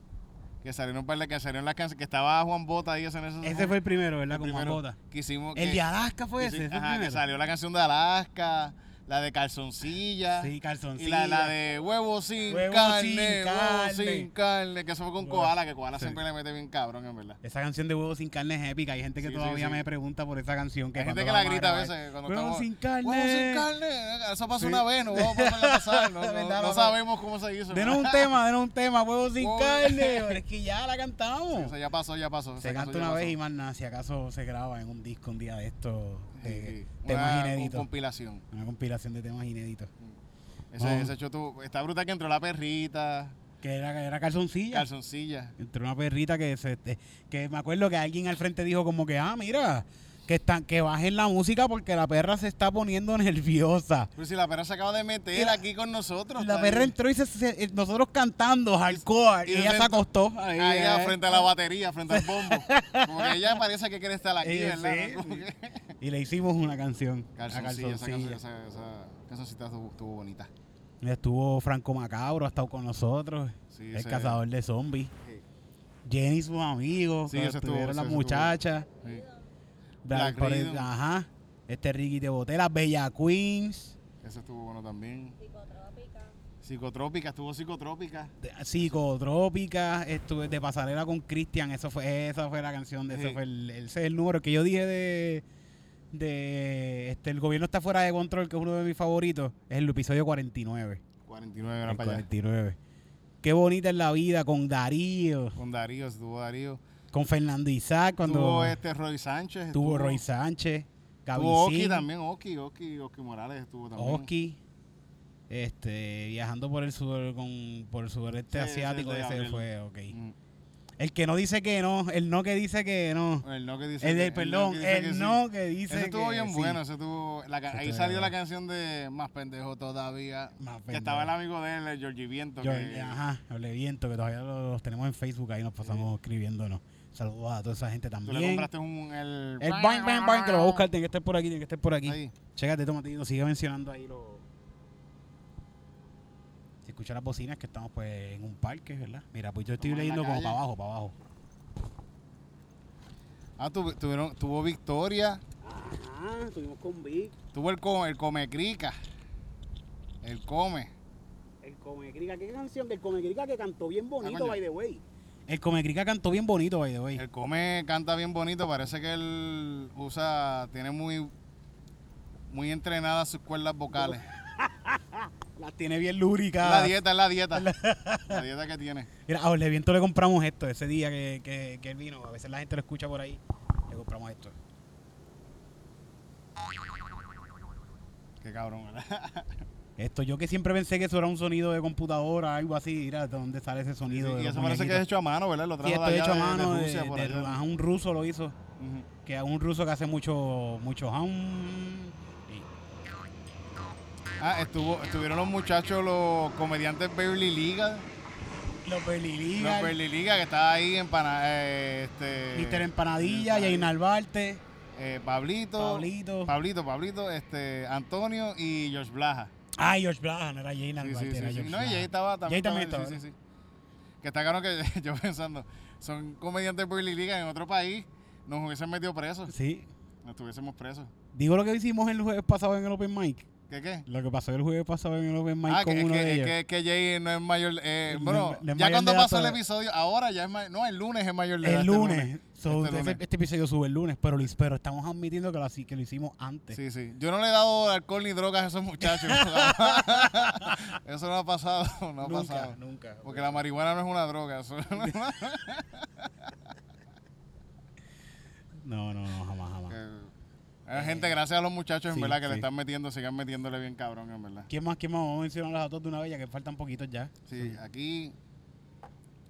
Speaker 3: Que salieron para la que salieron las canciones, que estaba Juan Bota ahí haciendo eso.
Speaker 1: Ese fue el primero, ¿verdad? Con
Speaker 3: primero
Speaker 1: Juan Bota.
Speaker 3: Que hicimos.
Speaker 1: El
Speaker 3: que-
Speaker 1: pues, de Alaska fue
Speaker 3: que
Speaker 1: ese.
Speaker 3: sí,
Speaker 1: ese
Speaker 3: ajá, que
Speaker 1: primero.
Speaker 3: salió la canción de Alaska. La de calzoncilla.
Speaker 1: Sí,
Speaker 3: Y
Speaker 1: calzoncillo.
Speaker 3: la, la de huevo sin
Speaker 1: Huevo
Speaker 3: carne,
Speaker 1: sin
Speaker 3: huevo
Speaker 1: carne.
Speaker 3: sin carne, que eso fue con
Speaker 1: Bueno,
Speaker 3: Koala, que Koala
Speaker 1: sí.
Speaker 3: siempre le mete bien cabrón, en verdad.
Speaker 1: Esa canción de Huevo sin carne es épica. Hay gente que
Speaker 3: Sí, sí,
Speaker 1: todavía
Speaker 3: sí.
Speaker 1: me pregunta por esa canción. Que
Speaker 3: Hay gente
Speaker 1: cuándo
Speaker 3: que la
Speaker 1: vamos
Speaker 3: grita a
Speaker 1: grabar.
Speaker 3: veces cuando
Speaker 1: Huevo
Speaker 3: estamos...
Speaker 1: sin carne.
Speaker 3: ¡Huevo sin carne! Eso pasó
Speaker 1: Sí.
Speaker 3: una vez, no vamos a volverlo a
Speaker 1: (laughs)
Speaker 3: pasar, no,
Speaker 1: De
Speaker 3: no-
Speaker 1: verdad,
Speaker 3: no
Speaker 1: no-
Speaker 3: sabemos cómo se hizo.
Speaker 1: Denos un
Speaker 3: ¿verdad? (laughs)
Speaker 1: tema, denos un tema. Huevo sin
Speaker 3: Huevo-
Speaker 1: carne. Pero es que ya la cantamos.
Speaker 3: Eso ya pasó, ya pasó.
Speaker 1: se canta una vez y más nada. Si acaso se graba en un disco un día de estos de temas
Speaker 3: Una
Speaker 1: inéditos.
Speaker 3: compilación.
Speaker 1: Una compilación de temas inéditos.
Speaker 3: Ese,
Speaker 1: Vamos.
Speaker 3: ese hecho tú- Está bruta que entró la perrita,
Speaker 1: Que era, era calzoncilla.
Speaker 3: calzoncilla.
Speaker 1: Entró una perrita que se este, que me acuerdo que alguien al frente dijo como que, ah, mira, que están, que bajen la música porque la perra se está poniendo (laughs) nerviosa.
Speaker 3: Pero Pues si la perra se acaba de meter
Speaker 1: la-
Speaker 3: aquí con nosotros.
Speaker 1: La
Speaker 3: está
Speaker 1: perra
Speaker 3: bien.
Speaker 1: entró y se- se- eh, nosotros cantando hardcore
Speaker 3: y
Speaker 1: y,
Speaker 3: se
Speaker 1: ella se
Speaker 3: sentó
Speaker 1: acostó
Speaker 3: Ahí,
Speaker 1: ahí,
Speaker 3: ah,
Speaker 1: eh.
Speaker 3: frente a la batería, frente al
Speaker 1: (laughs)
Speaker 3: bombo. Como que ella parece que quiere estar aquí,
Speaker 1: Ella,
Speaker 3: ¿verdad?
Speaker 1: sí,
Speaker 3: Como
Speaker 1: sí.
Speaker 3: que-
Speaker 1: (laughs) y le hicimos una canción. a
Speaker 3: Calzoncilla, esa
Speaker 1: Calzoncilla.
Speaker 3: canción- esa, esa cancioncita estuvo, estuvo bonita.
Speaker 1: Estuvo Franco Macabro, ha estado con nosotros,
Speaker 3: Sí,
Speaker 1: el
Speaker 3: ese-
Speaker 1: cazador de zombies.
Speaker 3: Sí.
Speaker 1: Jenny y sus amigos,
Speaker 3: Sí,
Speaker 1: que
Speaker 3: ese estuvo,
Speaker 1: estuvieron
Speaker 3: ese
Speaker 1: las
Speaker 3: estuvo.
Speaker 1: muchachas.
Speaker 3: Sí.
Speaker 1: Black
Speaker 3: Black
Speaker 1: Parade,
Speaker 3: Rhythm.
Speaker 1: ajá. Este Ricky de Botella, Bella Queens,
Speaker 3: Ese estuvo bueno también.
Speaker 4: Psicotrópica.
Speaker 3: Psicotrópica, estuvo psicotrópica.
Speaker 1: de- Psicotrópica, estuve de pasarela con Christian, eso fue, esa fue la canción de
Speaker 3: Sí.
Speaker 1: ese fue el, el- ese es el número que yo dije de de este el gobierno está fuera de control, que es uno de mis favoritos, es el episodio 49.
Speaker 3: 49
Speaker 1: El
Speaker 3: horas para allá.
Speaker 1: 49. Qué bonita es la vida con Darío,
Speaker 3: Con Darío, estuvo Darío.
Speaker 1: con Fernando Isaac cuando
Speaker 3: Tuvo
Speaker 1: tuvo,
Speaker 3: este Roy Sánchez.
Speaker 1: Roy Sánchez,
Speaker 3: Tuvo Oki
Speaker 1: Gaby
Speaker 3: también, Oki, Oki, Oki Morales estuvo también.
Speaker 1: Oski, este, viajando por el sur, con, por el sudeste
Speaker 3: Sí, ese
Speaker 1: asiático,
Speaker 3: es de
Speaker 1: ese
Speaker 3: Gabriel.
Speaker 1: fue, ok.
Speaker 3: Mm.
Speaker 1: El que no dice que no, el no que dice que no.
Speaker 3: El no que dice.
Speaker 1: El
Speaker 3: que-
Speaker 1: del, perdón,
Speaker 3: que
Speaker 1: el,
Speaker 3: dice que sí.
Speaker 1: no que dice
Speaker 3: Ese
Speaker 1: que
Speaker 3: estuvo bien
Speaker 1: sí.
Speaker 3: bueno, ese estuvo, la ca-
Speaker 1: Ese
Speaker 3: ahí
Speaker 1: estuvo
Speaker 3: salió
Speaker 1: bien
Speaker 3: la
Speaker 1: bueno.
Speaker 3: canción de Más Pendejo Todavía,
Speaker 1: Más
Speaker 3: que estaba el
Speaker 1: pendejo.
Speaker 3: amigo de él, el Georgie Viento.
Speaker 1: Yo-
Speaker 3: que-
Speaker 1: Ajá, Ole Viento, que todavía lo- los tenemos en Facebook, ahí nos pasamos escribiéndonos. Saludos a toda esa gente
Speaker 3: Tú
Speaker 1: también.
Speaker 3: le compraste un... El,
Speaker 1: El bang, bang, bang, que lo voy a buscar, tiene que estar por aquí, tiene que estar por aquí.
Speaker 3: Ahí.
Speaker 1: Chécate, tomatito, sigue mencionando ahí lo. Si escuchas las bocinas, que estamos pues en un parque, ¿verdad? Mira, pues yo estoy
Speaker 3: Estamos en la
Speaker 1: leyendo como
Speaker 3: calle.
Speaker 1: para abajo, para abajo.
Speaker 3: Ah, tuvi- tuvieron, tuvo Victoria,
Speaker 1: Ah, estuvimos con Vic,
Speaker 3: tuvo el, co- el Come Crica, el Come.
Speaker 1: el Comecrica. ¿Qué canción del Comecrica que cantó bien
Speaker 3: bonito, Ah, coño. by
Speaker 1: the way? El Comecrica cantó bien bonito, by the way.
Speaker 3: El Come canta bien bonito, parece que él usa, tiene muy, muy entrenadas sus cuerdas vocales.
Speaker 1: Las tiene bien
Speaker 3: Es la
Speaker 1: lubricadas.
Speaker 3: dieta, es
Speaker 1: (laughs)
Speaker 3: la dieta. la dieta que tiene.
Speaker 1: Mira, a Ole Viento le compramos esto ese día que, que, que él vino. A veces la gente lo escucha por ahí. Le compramos esto.
Speaker 3: Qué cabrón, ¿verdad?
Speaker 1: Esto, yo que siempre pensé que eso era un sonido de computadora, algo así. Mira, ¿de dónde sale ese sonido? de
Speaker 3: y
Speaker 1: los
Speaker 3: eso parece que es
Speaker 1: muñequitos?
Speaker 3: hecho a mano, ¿verdad? Lo trajo
Speaker 1: Sí, esto
Speaker 3: de
Speaker 1: hecho
Speaker 3: allá
Speaker 1: a
Speaker 3: de- de
Speaker 1: mano de,
Speaker 3: Rusia, por
Speaker 1: de-
Speaker 3: allá.
Speaker 1: ajá, un ruso lo hizo.
Speaker 3: Ujú.
Speaker 1: Que es un ruso que hace mucho, mucho ham.
Speaker 3: Ah, estuvo, estuvieron los muchachos, los comediantes Beverly Liga.
Speaker 1: Y Los
Speaker 3: Los
Speaker 1: Beliligas,
Speaker 3: Beverly Liga que estaba ahí en Pana, eh, este,
Speaker 1: Mister Empanadilla, Jain Albarte,
Speaker 3: eh, Pablito,
Speaker 1: Pablito.
Speaker 3: Pablito, Pablito, este, Antonio y George Blaja.
Speaker 1: Ay, George Blaha, no era Jain
Speaker 3: Sí, sí,
Speaker 1: Albarte,
Speaker 3: sí,
Speaker 1: era
Speaker 3: sí.
Speaker 1: George
Speaker 3: No, y
Speaker 1: Blaha.
Speaker 3: ahí estaba
Speaker 1: Jay
Speaker 3: también.
Speaker 1: también
Speaker 3: sí,
Speaker 1: estaba.
Speaker 3: sí, sí. Que está claro que (laughs) yo pensando, son comediantes Beverly Liga en otro país, nos hubiesen metido presos,
Speaker 1: Sí.
Speaker 3: nos estuviésemos presos.
Speaker 1: Digo lo que hicimos el jueves pasado en el Open Mic.
Speaker 3: ¿Qué qué?
Speaker 1: Lo que pasó el jueves pasado en el Open Mic
Speaker 3: ah,
Speaker 1: con
Speaker 3: que,
Speaker 1: uno
Speaker 3: que,
Speaker 1: de ellos.
Speaker 3: que, que Jay no es mayor. Eh,
Speaker 1: No es
Speaker 3: bueno,
Speaker 1: ma- no es
Speaker 3: ya
Speaker 1: mayor
Speaker 3: cuando
Speaker 1: de edad
Speaker 3: pasó el
Speaker 1: todavía.
Speaker 3: episodio, ahora ya es mayor. No, el lunes es mayor de edad,
Speaker 1: el
Speaker 3: este
Speaker 1: lunes. So,
Speaker 3: Este
Speaker 1: ese-
Speaker 3: lunes.
Speaker 1: Este, episodio sube el lunes, pero, lo- pero estamos admitiendo que lo, así- que lo hicimos antes.
Speaker 3: Sí, sí. Yo no le he dado alcohol ni drogas a
Speaker 1: (laughs)
Speaker 3: esos muchachos. eso no ha pasado, (laughs) no
Speaker 1: nunca,
Speaker 3: ha pasado.
Speaker 1: nunca.
Speaker 3: Porque la marihuana no es una droga. eso-
Speaker 1: (laughs) No, no, no, jamás, jamás.
Speaker 3: Eh, hay gente, gracias a los muchachos, en
Speaker 1: Sí,
Speaker 3: verdad, que le
Speaker 1: sí.
Speaker 3: están metiendo, sigan metiéndole bien cabrón, en verdad.
Speaker 1: ¿Quién más? ¿Quién más? Vamos a mencionarlos a todos de una vez, ya que faltan poquitos ya.
Speaker 3: Sí, aquí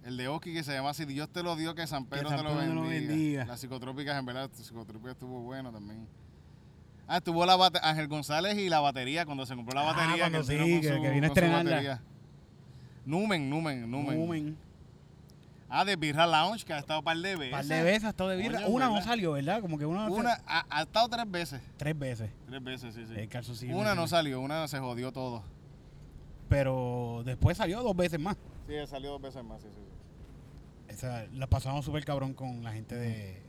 Speaker 3: el de Oski que se llama Si Dios te lo dio, que San Pedro,
Speaker 1: San
Speaker 3: te, lo
Speaker 1: Pedro
Speaker 3: bendiga.
Speaker 1: lo bendiga.
Speaker 3: Las psicotrópicas, en verdad, las psicotrópicas estuvo bueno también. Ah, estuvo la bate- Ángel González y la batería, cuando se compró la
Speaker 1: Ah,
Speaker 3: batería.
Speaker 1: cuando
Speaker 3: él vino
Speaker 1: sí,
Speaker 3: con
Speaker 1: que-
Speaker 3: su-
Speaker 1: que vino a
Speaker 3: con su
Speaker 1: estrenarla.
Speaker 3: batería. Numen, Numen, Numen,
Speaker 1: Numen.
Speaker 3: Ah, de Birra Lounge, que ha estado un par de veces.
Speaker 1: Un par de veces ha estado de birra.
Speaker 3: Coño,
Speaker 1: una no
Speaker 3: ¿verdad?
Speaker 1: salió, ¿verdad? Como que una.
Speaker 3: Una, ha, ha estado tres veces.
Speaker 1: Tres veces.
Speaker 3: Tres veces, sí, sí.
Speaker 1: El calzoncillo.
Speaker 3: una no salió, una se jodió todo.
Speaker 1: Pero después salió dos veces más.
Speaker 3: Sí, salió dos veces más, sí, sí. sí.
Speaker 1: O sea, la pasamos súper cabrón con la gente de,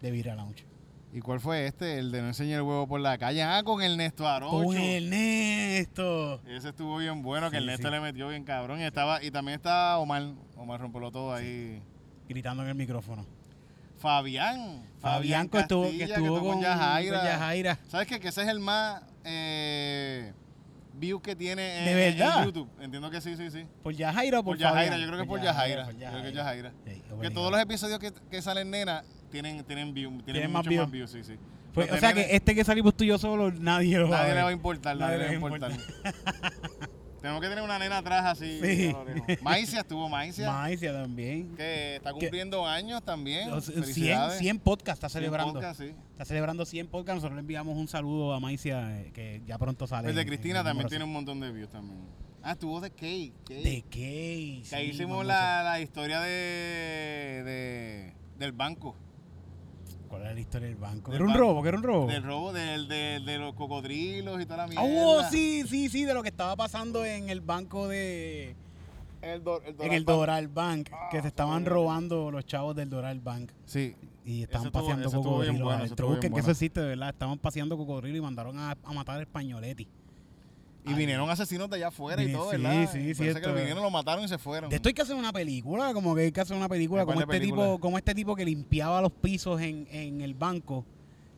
Speaker 1: de Vira Lounge.
Speaker 3: ¿Y cuál fue este? El de no enseñar el huevo por la calle. Ah, con Ernesto Arocho.
Speaker 1: Con Ernesto.
Speaker 3: Ese estuvo bien bueno, que
Speaker 1: Sí,
Speaker 3: Ernesto
Speaker 1: sí.
Speaker 3: le metió bien cabrón. Y, estaba, y también estaba Omar, Omar Rompolo todo ahí.
Speaker 1: Gritando en el micrófono.
Speaker 3: Fabián.
Speaker 1: Fabián que estuvo, que
Speaker 3: Castilla,
Speaker 1: estuvo con,
Speaker 3: Yajaira.
Speaker 1: con Yajaira.
Speaker 3: ¿Sabes qué? Que ese es el más eh, view que tiene en,
Speaker 1: ¿De
Speaker 3: en
Speaker 1: verdad?
Speaker 3: YouTube. Entiendo que sí, sí, sí.
Speaker 1: ¿Por Yajaira o por,
Speaker 3: Por Yajaira,
Speaker 1: Fabián?
Speaker 3: yo creo que por Yajaira.
Speaker 1: por
Speaker 3: Yo creo que es
Speaker 1: Yajaira.
Speaker 3: Yajaira.
Speaker 1: Sí,
Speaker 3: Que
Speaker 1: obligado.
Speaker 3: todos los episodios que, que salen nena tienen, tienen view, tienen,
Speaker 1: Tienen más
Speaker 3: mucho
Speaker 1: view.
Speaker 3: más views, sí, sí.
Speaker 1: Pues,
Speaker 3: Pero
Speaker 1: o sea
Speaker 3: tienen-
Speaker 1: que este que salimos tú y yo solo, nadie lo va
Speaker 3: nadie
Speaker 1: a
Speaker 3: le va a
Speaker 1: ver.
Speaker 3: importar, nadie, le va a importar. Tenemos que tener una nena atrás así.
Speaker 1: Sí.
Speaker 3: no, no, no. Maicia estuvo Maicia,
Speaker 1: Maicia también.
Speaker 3: que está cumpliendo años también.
Speaker 1: Los- 100,
Speaker 3: Felicidades.
Speaker 1: 100 podcasts está
Speaker 3: 100
Speaker 1: celebrando.
Speaker 3: podcasts, sí.
Speaker 1: Está celebrando 100 podcasts. Nosotros le enviamos un saludo a Maicia, eh, que ya pronto sale.
Speaker 3: El de
Speaker 1: en-
Speaker 3: Cristina
Speaker 1: en el
Speaker 3: también
Speaker 1: eh, número
Speaker 3: tiene un montón de views también. Ah, estuvo de Kate. Kate.
Speaker 1: cien. ¿De qué?
Speaker 3: Que ahí
Speaker 1: Sí,
Speaker 3: hicimos
Speaker 1: con
Speaker 3: la, la historia de, de- del banco.
Speaker 1: mucho- ¿Cuál era la historia del banco?
Speaker 3: Del
Speaker 1: ¿Era un
Speaker 3: banco.
Speaker 1: robo? ¿Que era un robo?
Speaker 3: Del robo del, del- de los cocodrilos y toda la mierda.
Speaker 1: Ah, oh, sí, sí, sí, de lo que estaba pasando en el banco de...
Speaker 3: El do- el
Speaker 1: en el
Speaker 3: Doral Bank.
Speaker 1: Doral Bank,
Speaker 3: Ah,
Speaker 1: que se estaban robando los chavos del Doral Bank.
Speaker 3: Sí.
Speaker 1: Y
Speaker 3: Eso
Speaker 1: estaban
Speaker 3: estuvo-
Speaker 1: paseando
Speaker 3: eso estuvo bien
Speaker 1: cocodrilos.
Speaker 3: bueno, eso
Speaker 1: adentro.
Speaker 3: estuvo bien
Speaker 1: Busquen que
Speaker 3: bueno.
Speaker 1: eso existe, de verdad. Estaban paseando cocodrilos y mandaron a, a matar españoletti.
Speaker 3: Y vinieron asesinos de allá afuera y
Speaker 1: Vine-
Speaker 3: todo,
Speaker 1: sí,
Speaker 3: ¿verdad?
Speaker 1: sí,
Speaker 3: Parece que
Speaker 1: cierto.
Speaker 3: lo vinieron, lo mataron y se fueron.
Speaker 1: De esto hay que hacer una película, como que hay que hacer una película.
Speaker 3: ¿De cuál
Speaker 1: Como
Speaker 3: de
Speaker 1: este,
Speaker 3: película?
Speaker 1: Tipo, como este tipo que limpiaba los pisos en, en el banco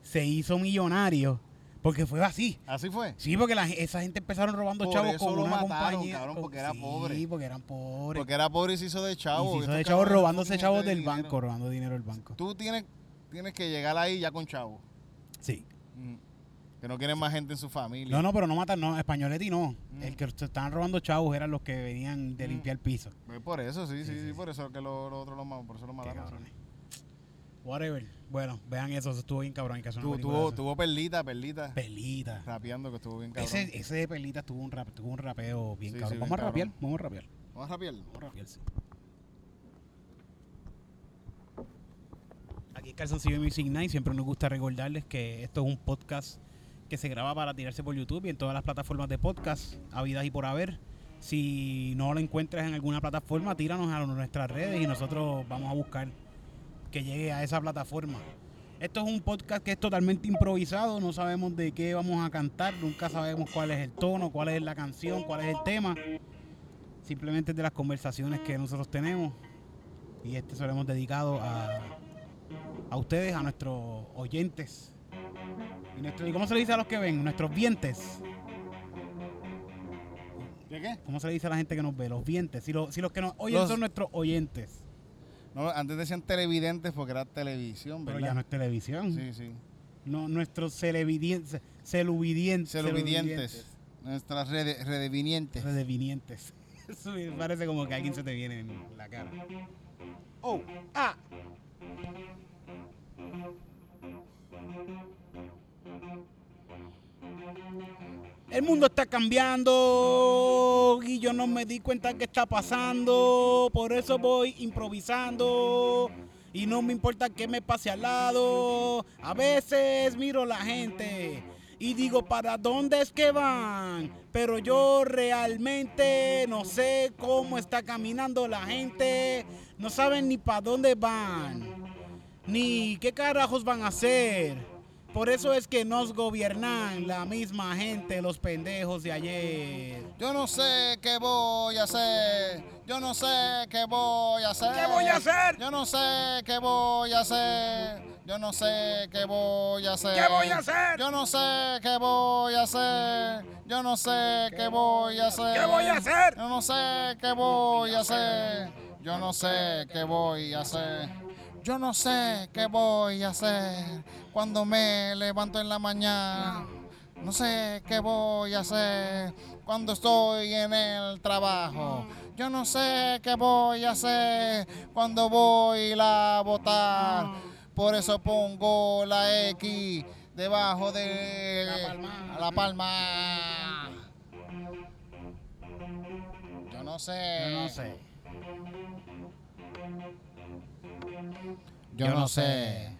Speaker 1: se hizo millonario. Porque fue así.
Speaker 3: Así fue.
Speaker 1: Sí, porque la, esa gente empezaron robando
Speaker 3: Por
Speaker 1: chavos
Speaker 3: eso
Speaker 1: con
Speaker 3: lo
Speaker 1: una
Speaker 3: mataron,
Speaker 1: compañía.
Speaker 3: cabrón,
Speaker 1: con-
Speaker 3: porque era
Speaker 1: sí,
Speaker 3: pobre.
Speaker 1: porque eran pobres.
Speaker 3: Porque este era pobre y se hizo de
Speaker 1: y
Speaker 3: chavo.
Speaker 1: se hizo
Speaker 3: Estos
Speaker 1: de chavos
Speaker 3: cabrones
Speaker 1: robándose
Speaker 3: fucking
Speaker 1: chavos
Speaker 3: gente de
Speaker 1: del
Speaker 3: dinero.
Speaker 1: banco, robando dinero del banco.
Speaker 3: Tú tienes, tienes que llegar ahí ya con chavo.
Speaker 1: Sí.
Speaker 3: Mm. Que no quieren más gente en su familia.
Speaker 1: No, no, pero no matan, no, españoletti no.
Speaker 3: Mm.
Speaker 1: El que se estaban robando chavos eran los que venían de
Speaker 3: Mm.
Speaker 1: limpiar piso.
Speaker 3: Eh, Por eso, sí, sí, sí,
Speaker 1: sí, sí.
Speaker 3: por eso que los lo otros lo ma- por eso lo
Speaker 1: Qué
Speaker 3: mataron.
Speaker 1: cabrones. Whatever. Bueno, vean eso, eso estuvo bien cabrón. Hay que hacer una
Speaker 3: Tu-
Speaker 1: película
Speaker 3: tuvo,
Speaker 1: de eso.
Speaker 3: tuvo perlita, perlita.
Speaker 1: Pelita.
Speaker 3: Rapeando que estuvo bien cabrón.
Speaker 1: Ese, ese de Pelita tuvo un, rap, tuvo un rapeo bien
Speaker 3: Sí,
Speaker 1: cabrón.
Speaker 3: sí, bien
Speaker 1: vamos a rapear,
Speaker 3: cabrón.
Speaker 1: vamos a rapear.
Speaker 3: Vamos a rapearlo.
Speaker 1: Vamos a rapear, sí. Aquí es Calzoncillo Music Night. Siempre nos gusta recordarles que esto es un podcast que se graba para tirarse por YouTube y en todas las plataformas de podcast, habidas y por haber. Si no lo encuentras en alguna plataforma, tíranos a nuestras redes y nosotros vamos a buscar que llegue a esa plataforma. Esto es un podcast que es totalmente improvisado, no sabemos de qué vamos a cantar, nunca sabemos cuál es el tono, cuál es la canción, cuál es el tema. Simplemente es de las conversaciones que nosotros tenemos y este se lo hemos dedicado a, a ustedes, a nuestros oyentes. Y, nuestro- ¿y cómo se le dice a los que ven? Nuestros vientes.
Speaker 3: ¿Qué qué?
Speaker 1: ¿Cómo se le dice a la gente que nos ve? Los vientes. Si, lo- si los que nos oyen
Speaker 3: Los-
Speaker 1: son nuestros oyentes.
Speaker 3: No, antes decían televidentes porque era televisión,
Speaker 1: Pero
Speaker 3: ¿verdad?
Speaker 1: ya no es televisión.
Speaker 3: Sí, sí.
Speaker 1: No, nuestros celebidien- celubidien- celuvidientes.
Speaker 3: Celuvidientes. Nuestras redes, redevinientes.
Speaker 1: Redevinientes. (laughs) Eso me parece como que alguien se te viene en la cara.
Speaker 3: Oh,
Speaker 1: ¡Ah! El mundo está cambiando y yo no me di cuenta que está pasando. Por eso voy improvisando y no me importa que me pase al lado. A veces miro la gente y digo para dónde es que van. Pero yo realmente no sé cómo está caminando la gente. No saben ni para dónde van. Ni qué carajos van a hacer. Por eso es que nos gobiernan la misma gente, los pendejos de ayer.
Speaker 3: yo no sé qué voy a hacer. Yo no sé qué voy a hacer.
Speaker 1: ¿Qué voy a hacer?
Speaker 3: Yo no sé qué voy a hacer. Yo no sé qué voy a hacer.
Speaker 1: ¿Qué voy a hacer?
Speaker 3: Yo no sé qué voy a hacer. Yo no sé qué voy a hacer.
Speaker 1: ¿Qué voy a hacer?
Speaker 3: Yo no sé qué voy a hacer. Yo no sé qué voy a hacer. Yo no sé qué voy a hacer cuando me levanto en la mañana. No sé qué voy a hacer cuando estoy en el trabajo. Yo no sé qué voy a hacer cuando voy a la votar. Por eso pongo la X debajo de
Speaker 1: La palma.
Speaker 3: La palma. Yo no sé.
Speaker 1: No sé.
Speaker 3: Yo,
Speaker 1: Yo
Speaker 3: no,
Speaker 1: no
Speaker 3: sé.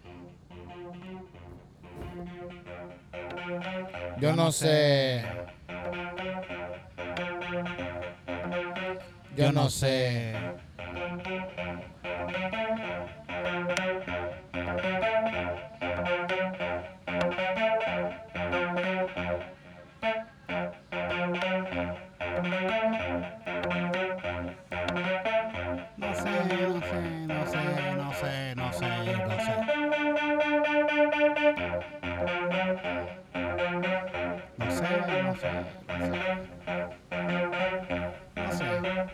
Speaker 3: Yo
Speaker 1: Yo
Speaker 3: no
Speaker 1: no
Speaker 3: sé. Yo no sé.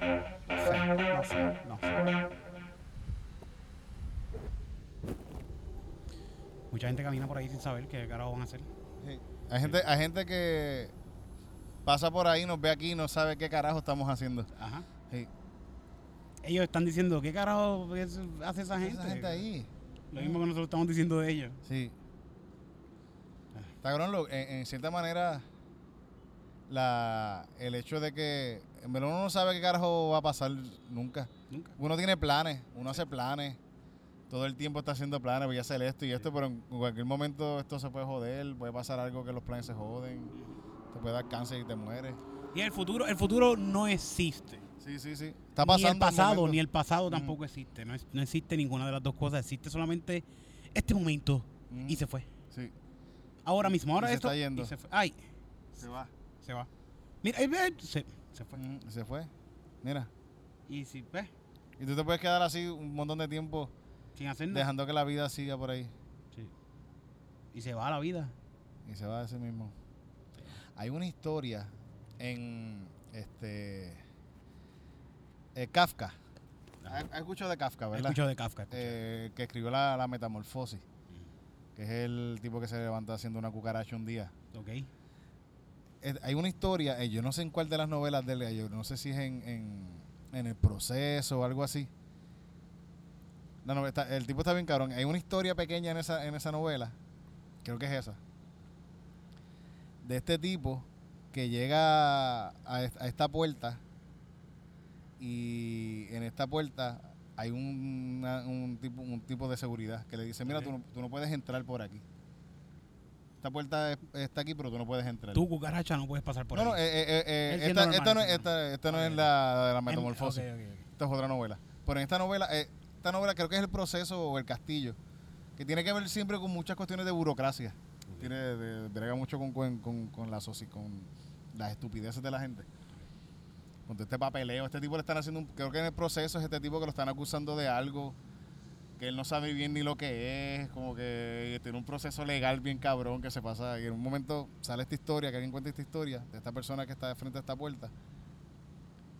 Speaker 3: No sé,
Speaker 1: No. Mucha gente camina por ahí sin saber qué carajo van a hacer.
Speaker 3: Sí. Hay gente, hay gente que pasa por ahí, nos ve aquí y no sabe qué carajo estamos haciendo.
Speaker 1: Ajá.
Speaker 3: Sí.
Speaker 1: Ellos están diciendo, ¿qué carajo es- hace esa gente?
Speaker 3: Esa gente ahí.
Speaker 1: Lo mismo que nosotros estamos diciendo de ellos.
Speaker 3: Sí. Está cabrón, lo- en, en cierta manera, la, el hecho de que en verdad uno no sabe qué carajo va a pasar nunca.
Speaker 1: Nunca.
Speaker 3: Uno tiene planes, uno hace planes. Todo el tiempo está haciendo planes, voy a hacer esto y esto, pero en cualquier momento esto se puede joder, puede pasar algo que los planes se joden, te puede dar cáncer y te mueres.
Speaker 1: Y el futuro, el futuro no existe.
Speaker 3: Sí, sí, sí. Está
Speaker 1: ni
Speaker 3: pasando.
Speaker 1: el pasado,
Speaker 3: momento. Mm.
Speaker 1: ni el pasado
Speaker 3: Ujú.
Speaker 1: tampoco existe. No, es- no existe ninguna de las dos cosas. Existe solamente este momento
Speaker 3: Ujú.
Speaker 1: y se fue.
Speaker 3: Mm, Sí.
Speaker 1: Ahora mismo, ahora
Speaker 3: se
Speaker 1: esto
Speaker 3: está yendo.
Speaker 1: y se fue. Ay,
Speaker 3: Se va.
Speaker 1: se va. Mira, ahí ve, se, se fue.
Speaker 3: Mm, Se fue. Mira.
Speaker 1: Y si ves,
Speaker 3: Y tú te puedes quedar así un montón de tiempo
Speaker 1: sin hacer nada.
Speaker 3: dejando que la vida siga por ahí.
Speaker 1: Sí. Y se va la vida.
Speaker 3: Y se va a ese mismo. Hay una historia en este eh, Kafka. ¿Has has escuchado de Kafka,
Speaker 1: He
Speaker 3: Ah, verdad?
Speaker 1: escuchado de Kafka. Mm. escucho.
Speaker 3: Eh, que escribió la, la metamorfosis. Que es el tipo que se levanta haciendo una cucaracha un día.
Speaker 1: ok.
Speaker 3: Eh, hay una historia, eh, yo no sé en cuál de las novelas de él, eh, yo no sé si es en, en, en El Proceso o algo así. La novela está- el tipo está bien cabrón. Hay una historia pequeña en esa, en esa novela, creo que es esa, de este tipo que llega a, est- a esta puerta y en esta puerta hay un, una- un tipo, un tipo de seguridad que le dice, mira,
Speaker 1: Ok.
Speaker 3: tú, no, tú no puedes entrar por aquí. Esta puerta es- está aquí, pero tú no puedes entrar
Speaker 1: Tú, cucaracha, no puedes pasar por
Speaker 3: no,
Speaker 1: ahí.
Speaker 3: no, eh, eh, eh,
Speaker 1: Él
Speaker 3: eh,
Speaker 1: siendo
Speaker 3: esta,
Speaker 1: normal,
Speaker 3: esta no, es-
Speaker 1: siendo
Speaker 3: esta, esta no
Speaker 1: normal.
Speaker 3: es la de la
Speaker 1: En-
Speaker 3: metamorfosis.
Speaker 1: ok, ok, ok.
Speaker 3: Esta es otra novela. Pero en esta novela, eh, esta novela creo que es el proceso o el castillo, que tiene que ver siempre con muchas cuestiones de burocracia. Tiene de- brega mucho con, con, con- con la soci- con las estupideces de la gente. Con todo este papeleo, este tipo le están haciendo, un- creo que en el proceso es este tipo que lo están acusando de algo que él no sabe bien ni lo que es, como que tiene un proceso legal bien cabrón que se pasa. Y en un momento sale esta historia, que alguien cuenta esta historia de esta persona que está de frente a esta puerta.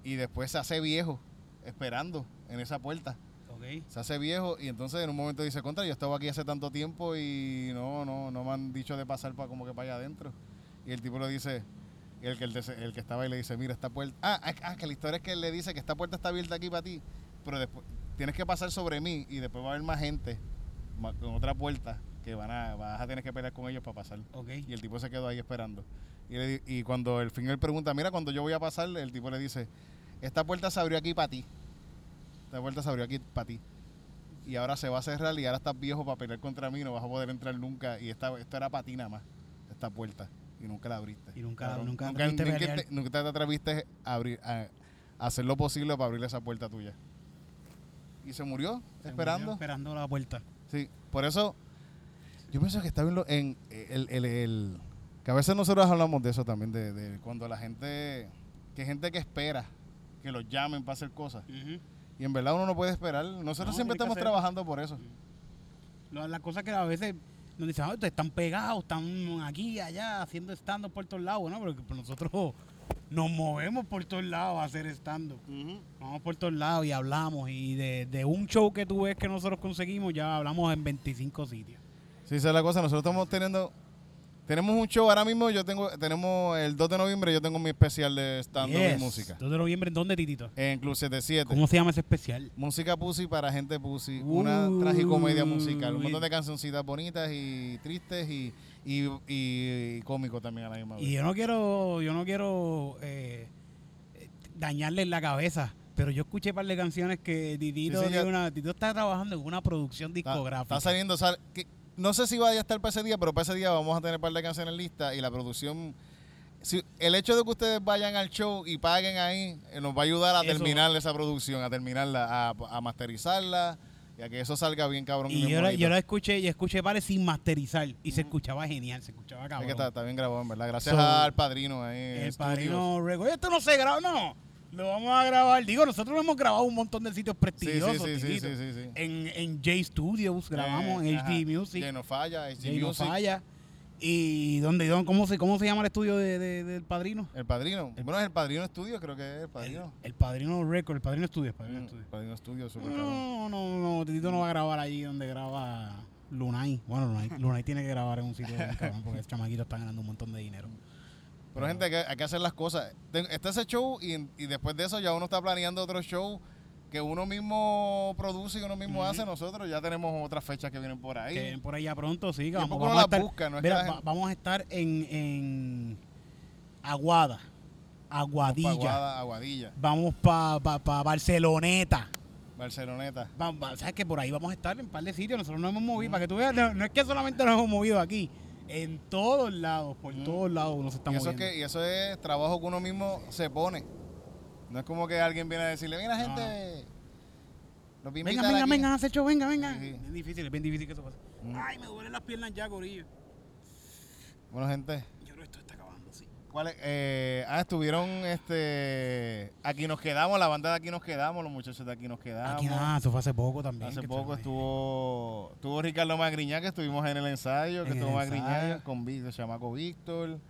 Speaker 3: Y después se hace viejo, esperando en esa puerta.
Speaker 1: Ok.
Speaker 3: Se hace viejo y entonces en un momento dice, contra, yo estaba aquí hace tanto tiempo y no, no, no me han dicho de pasar para como que para allá adentro. Y el tipo le dice, y el que, el, de- el que estaba ahí le dice, mira, esta puerta... Ah, ah, ah, que la historia es que él le dice que esta puerta está abierta aquí para ti, pero después tienes que pasar sobre mí y después va a haber más gente ma- con otra puerta que van a, vas a tener que pelear con ellos para pasar.
Speaker 1: Ok.
Speaker 3: Y el tipo se quedó ahí esperando. Y, le di- y cuando el fin él pregunta, mira, cuando yo voy a pasar, el tipo le dice, esta puerta se abrió aquí para ti. Esta puerta se abrió aquí para ti. Y ahora se va a cerrar y ahora estás viejo para pelear contra mí, no vas a poder entrar nunca. Y esta, esto era para ti nada más, esta puerta. Y nunca la abriste.
Speaker 1: Y nunca-
Speaker 3: Cabrón.
Speaker 1: nunca
Speaker 3: nunca,
Speaker 1: atreviste a
Speaker 3: nunca
Speaker 1: pelear.
Speaker 3: te, nunca te atreviste a, abrir, a hacer lo posible para abrir esa puerta tuya. Y se murió
Speaker 1: Se murió
Speaker 3: esperando.
Speaker 1: Esperando la puerta.
Speaker 3: Sí, por eso yo pienso que está bien lo- en el, el- el- que a veces nosotros hablamos de eso también de, de cuando la gente que hay gente que espera que los llamen para hacer cosas
Speaker 1: Ujú.
Speaker 3: y en verdad uno no puede esperar. Nosotros
Speaker 1: No,
Speaker 3: siempre
Speaker 1: tiene que
Speaker 3: estamos
Speaker 1: hacer-
Speaker 3: trabajando por eso.
Speaker 1: Lo- Las cosas que a veces nos dicen, "Ah, ustedes están pegados, están aquí, allá, haciendo stand por todos lados, ¿no? Porque pues, nosotros nos movemos por todos lados a hacer stand Vamos por todos lados y hablamos. Y de, de un show que tú ves que nosotros conseguimos, ya hablamos en 25 sitios.
Speaker 3: Sí, esa es la cosa. Nosotros estamos teniendo tenemos un show ahora mismo, yo tengo tenemos el 2 de noviembre yo tengo mi especial de stand up y
Speaker 1: Yes.
Speaker 3: música
Speaker 1: 2 de noviembre, ¿en dónde, Titito?
Speaker 3: en Club 77.
Speaker 1: ¿Cómo se llama ese especial?
Speaker 3: Música pussy para gente pussy, una tragicomedia musical, un
Speaker 1: Uy.
Speaker 3: montón de cancioncitas bonitas y tristes y, y, y- y cómico también a la misma vez.
Speaker 1: Y yo no quiero, yo no quiero eh, eh, dañarles la cabeza, pero yo escuché un par de canciones que Titito,
Speaker 3: Sí, sí,
Speaker 1: tiene
Speaker 3: ya-
Speaker 1: una- Titito está trabajando en una producción
Speaker 3: Está-
Speaker 1: discográfica.
Speaker 3: Está saliendo, sal- que- no sé si va a estar para ese día, pero para ese día vamos a tener un par de canciones listas y la producción... si- el hecho de que ustedes vayan al show y paguen ahí eh, nos va a ayudar a
Speaker 1: Eso-
Speaker 3: terminar esa producción, a terminarla, a, a masterizarla y a que eso salga bien cabrón.
Speaker 1: y
Speaker 3: bien
Speaker 1: yo la,
Speaker 3: bonito.
Speaker 1: yo la escuché y escuché pares sin masterizar y se escuchaba genial, se escuchaba
Speaker 3: Es
Speaker 1: cabrón.
Speaker 3: que está, está bien grabado, en verdad. Gracias
Speaker 1: So,
Speaker 3: al padrino ahí. en
Speaker 1: el
Speaker 3: Studios.
Speaker 1: padrino Rego, esto no se graba, no. Lo vamos a grabar. Digo, nosotros lo hemos grabado en un montón de sitios
Speaker 3: Sí, sí,
Speaker 1: prestigiosos.
Speaker 3: sí, sí,
Speaker 1: Titito.
Speaker 3: sí, sí, sí.
Speaker 1: En, en J Studios grabamos,
Speaker 3: Eh,
Speaker 1: en
Speaker 3: ajá.
Speaker 1: HD Music.
Speaker 3: Jay no falla, HD
Speaker 1: Jay no
Speaker 3: Music.
Speaker 1: falla. ¿Y dónde, y dónde- cómo, se, cómo se llama el estudio de- de- del padrino?
Speaker 3: El padrino. bueno, es el padrino estudio, creo que es el padrino.
Speaker 1: El, el padrino Record, el padrino estudio, el
Speaker 3: Mm,
Speaker 1: padrino estudio. Mm.
Speaker 3: padrino estudio, super cabrón.
Speaker 1: No, no, no, Titito no va a grabar allí donde graba Lunay. Bueno, Lunay, Lunay tiene que grabar en un sitio bien cabrón porque ese chamaquito está ganando un montón de dinero.
Speaker 3: Pero gente, hay que, hay que hacer las cosas. Ten- Está ese show y, y después de eso ya uno está planeando otro show que uno mismo produce y uno mismo hace. Nosotros ya tenemos otras fechas que vienen por ahí.
Speaker 1: Que ven por allá pronto, sí, que
Speaker 3: Y
Speaker 1: vamos,
Speaker 3: tampoco uno
Speaker 1: vamos a
Speaker 3: las
Speaker 1: estar,
Speaker 3: busca, no es
Speaker 1: mira,
Speaker 3: que la
Speaker 1: va-
Speaker 3: gente-
Speaker 1: vamos a estar en, en Aguada, Aguadilla,
Speaker 3: Pa' Aguada, Aguadilla,
Speaker 1: vamos para pa, pa Barceloneta.
Speaker 3: Barceloneta.
Speaker 1: Va- va- ¿Sabes que Por ahí vamos a estar en un par de sitios. Nosotros nos hemos movido. Para que tú veas, no, no es que solamente nos hemos movido aquí. En todos lados, por todos lados nos
Speaker 3: Mm. Y
Speaker 1: estamos
Speaker 3: eso, es
Speaker 1: moviendo.
Speaker 3: que, y eso es trabajo que uno mismo se pone. No es como que alguien viene a decirle, mira
Speaker 1: No.
Speaker 3: gente, los voy a
Speaker 1: venga,
Speaker 3: invitar
Speaker 1: venga,
Speaker 3: aquí".
Speaker 1: venga, haz el show, venga, venga.
Speaker 3: Sí, sí.
Speaker 1: Es difícil, es bien difícil que eso pase.
Speaker 3: Mm.
Speaker 1: Ay, me duelen las piernas ya, gorillo.
Speaker 3: Bueno, gente,
Speaker 1: Yo creo que esto está acabando, sí.
Speaker 3: ¿cuál es? Eh, ah, estuvieron, este, aquí nos quedamos, la banda de aquí nos quedamos, los muchachos de aquí nos quedamos.
Speaker 1: Aquí nada, eso fue hace poco también.
Speaker 3: Ah, Hace
Speaker 1: que
Speaker 3: poco
Speaker 1: estuvo-
Speaker 3: estuvo, estuvo Ricardo Magriñá, que estuvimos en el ensayo, que
Speaker 1: En el
Speaker 3: estuvo Magriñá
Speaker 1: ensayo.
Speaker 3: con Víctor, chamaco Víctor.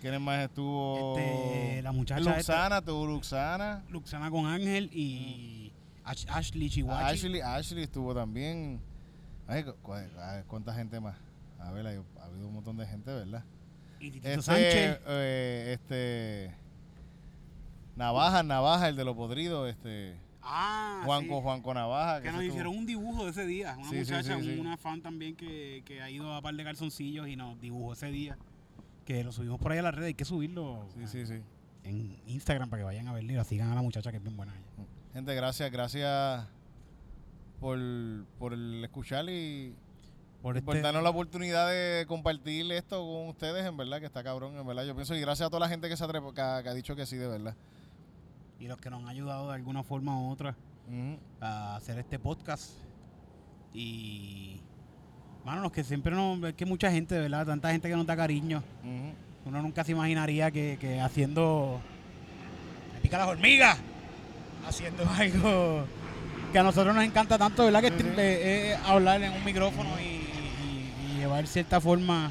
Speaker 3: ¿Quién más estuvo?
Speaker 1: Este, la muchacha
Speaker 3: Luxana, estuvo Luxana.
Speaker 1: Luxana con Ángel y Ash- Ashley Chihuahua.
Speaker 3: Ah, Ashley, Ashley estuvo también. Ay, cu- cu- ay, ¿Cuánta gente más? A ver, hay- ha habido un montón de gente, ¿verdad?
Speaker 1: Y Titito
Speaker 3: Este,
Speaker 1: Sánchez.
Speaker 3: eh, este. Navaja, Navaja, el de lo podrido, este.
Speaker 1: Ah,
Speaker 3: Juanco,
Speaker 1: sí.
Speaker 3: Juanco Navaja.
Speaker 1: Que
Speaker 3: ese
Speaker 1: nos
Speaker 3: estuvo-
Speaker 1: hicieron un dibujo de ese día. Una
Speaker 3: Sí, sí,
Speaker 1: muchacha,
Speaker 3: sí, sí.
Speaker 1: una fan también que, que ha ido a par de calzoncillos y nos dibujó ese día. Que lo subimos por ahí a las redes. Hay que subirlo
Speaker 3: Sí, sí, sí.
Speaker 1: en Instagram para que vayan a verlo y la sigan a la muchacha que es bien buena. ella.
Speaker 3: Gente, gracias, gracias por, por el escuchar y
Speaker 1: Por
Speaker 3: y por
Speaker 1: este-
Speaker 3: darnos la oportunidad de compartir esto con ustedes, en verdad, que está cabrón, en verdad. Yo pienso, y gracias a toda la gente que, se ha atrevo- que, ha, que ha dicho que sí, de verdad.
Speaker 1: y los que nos han ayudado de alguna forma u otra
Speaker 3: Ujú.
Speaker 1: a hacer este podcast. Y. Mano, los que siempre nos. Es que mucha gente, de ¿verdad? Tanta gente que nos da cariño.
Speaker 3: Ujú.
Speaker 1: Uno nunca se imaginaría que, que haciendo. ¡Me pica las hormigas! Haciendo (laughs) algo que a nosotros nos encanta tanto, ¿verdad? Que es tri- eh, eh, hablar en un micrófono y, y- y llevar cierta forma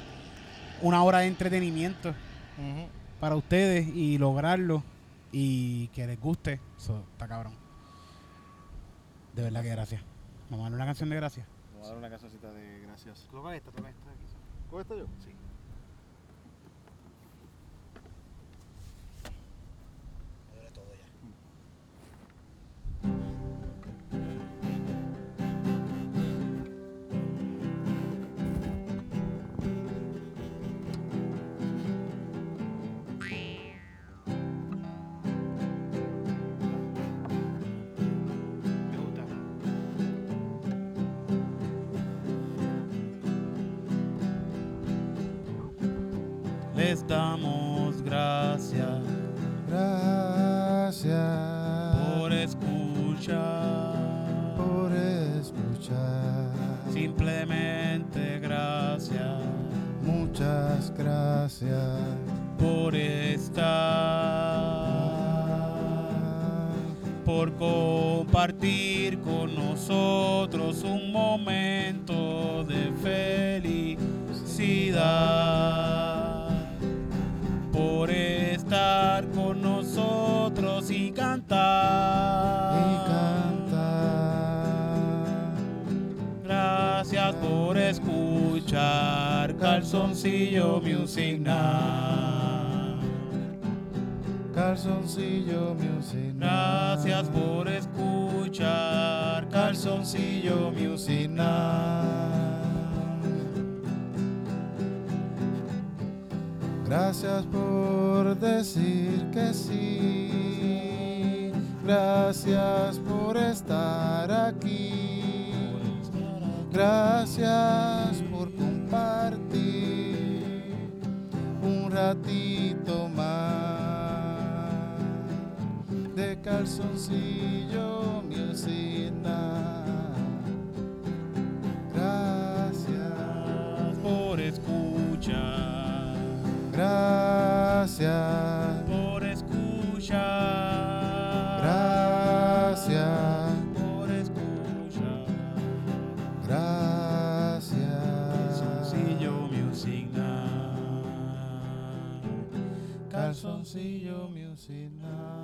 Speaker 1: una hora de entretenimiento
Speaker 3: Ujú.
Speaker 1: para ustedes y lograrlo y que les guste. Eso está cabrón. De verdad que gracias. Vamos a darle una canción de gracias.
Speaker 3: Vamos a dar una casacita de gracias.
Speaker 1: Toca esta, toca esta.
Speaker 3: ¿Cómo esto yo? Sí.
Speaker 1: Me gusta. Les damos gracias
Speaker 3: Gracias
Speaker 1: por escuchar.
Speaker 3: por escuchar.
Speaker 1: Simplemente gracias
Speaker 3: Muchas gracias.
Speaker 1: por estar, por compartir con nosotros un momento de felicidad, por estar con nosotros y cantar. Gracias por escuchar Calzoncillo Music Night.
Speaker 3: Calzoncillo Music
Speaker 1: Gracias por escuchar
Speaker 3: Calzoncillo Music Gracias por decir que sí. Gracias por estar aquí. Gracias por compartir un ratito más de calzoncillo music Night. Gracias,
Speaker 1: por escuchar,
Speaker 3: gracias,
Speaker 1: por escuchar,
Speaker 3: gracias,
Speaker 1: por escuchar
Speaker 3: gracias.
Speaker 1: Calzoncillo Music Night.
Speaker 3: Hermosillo Music Now.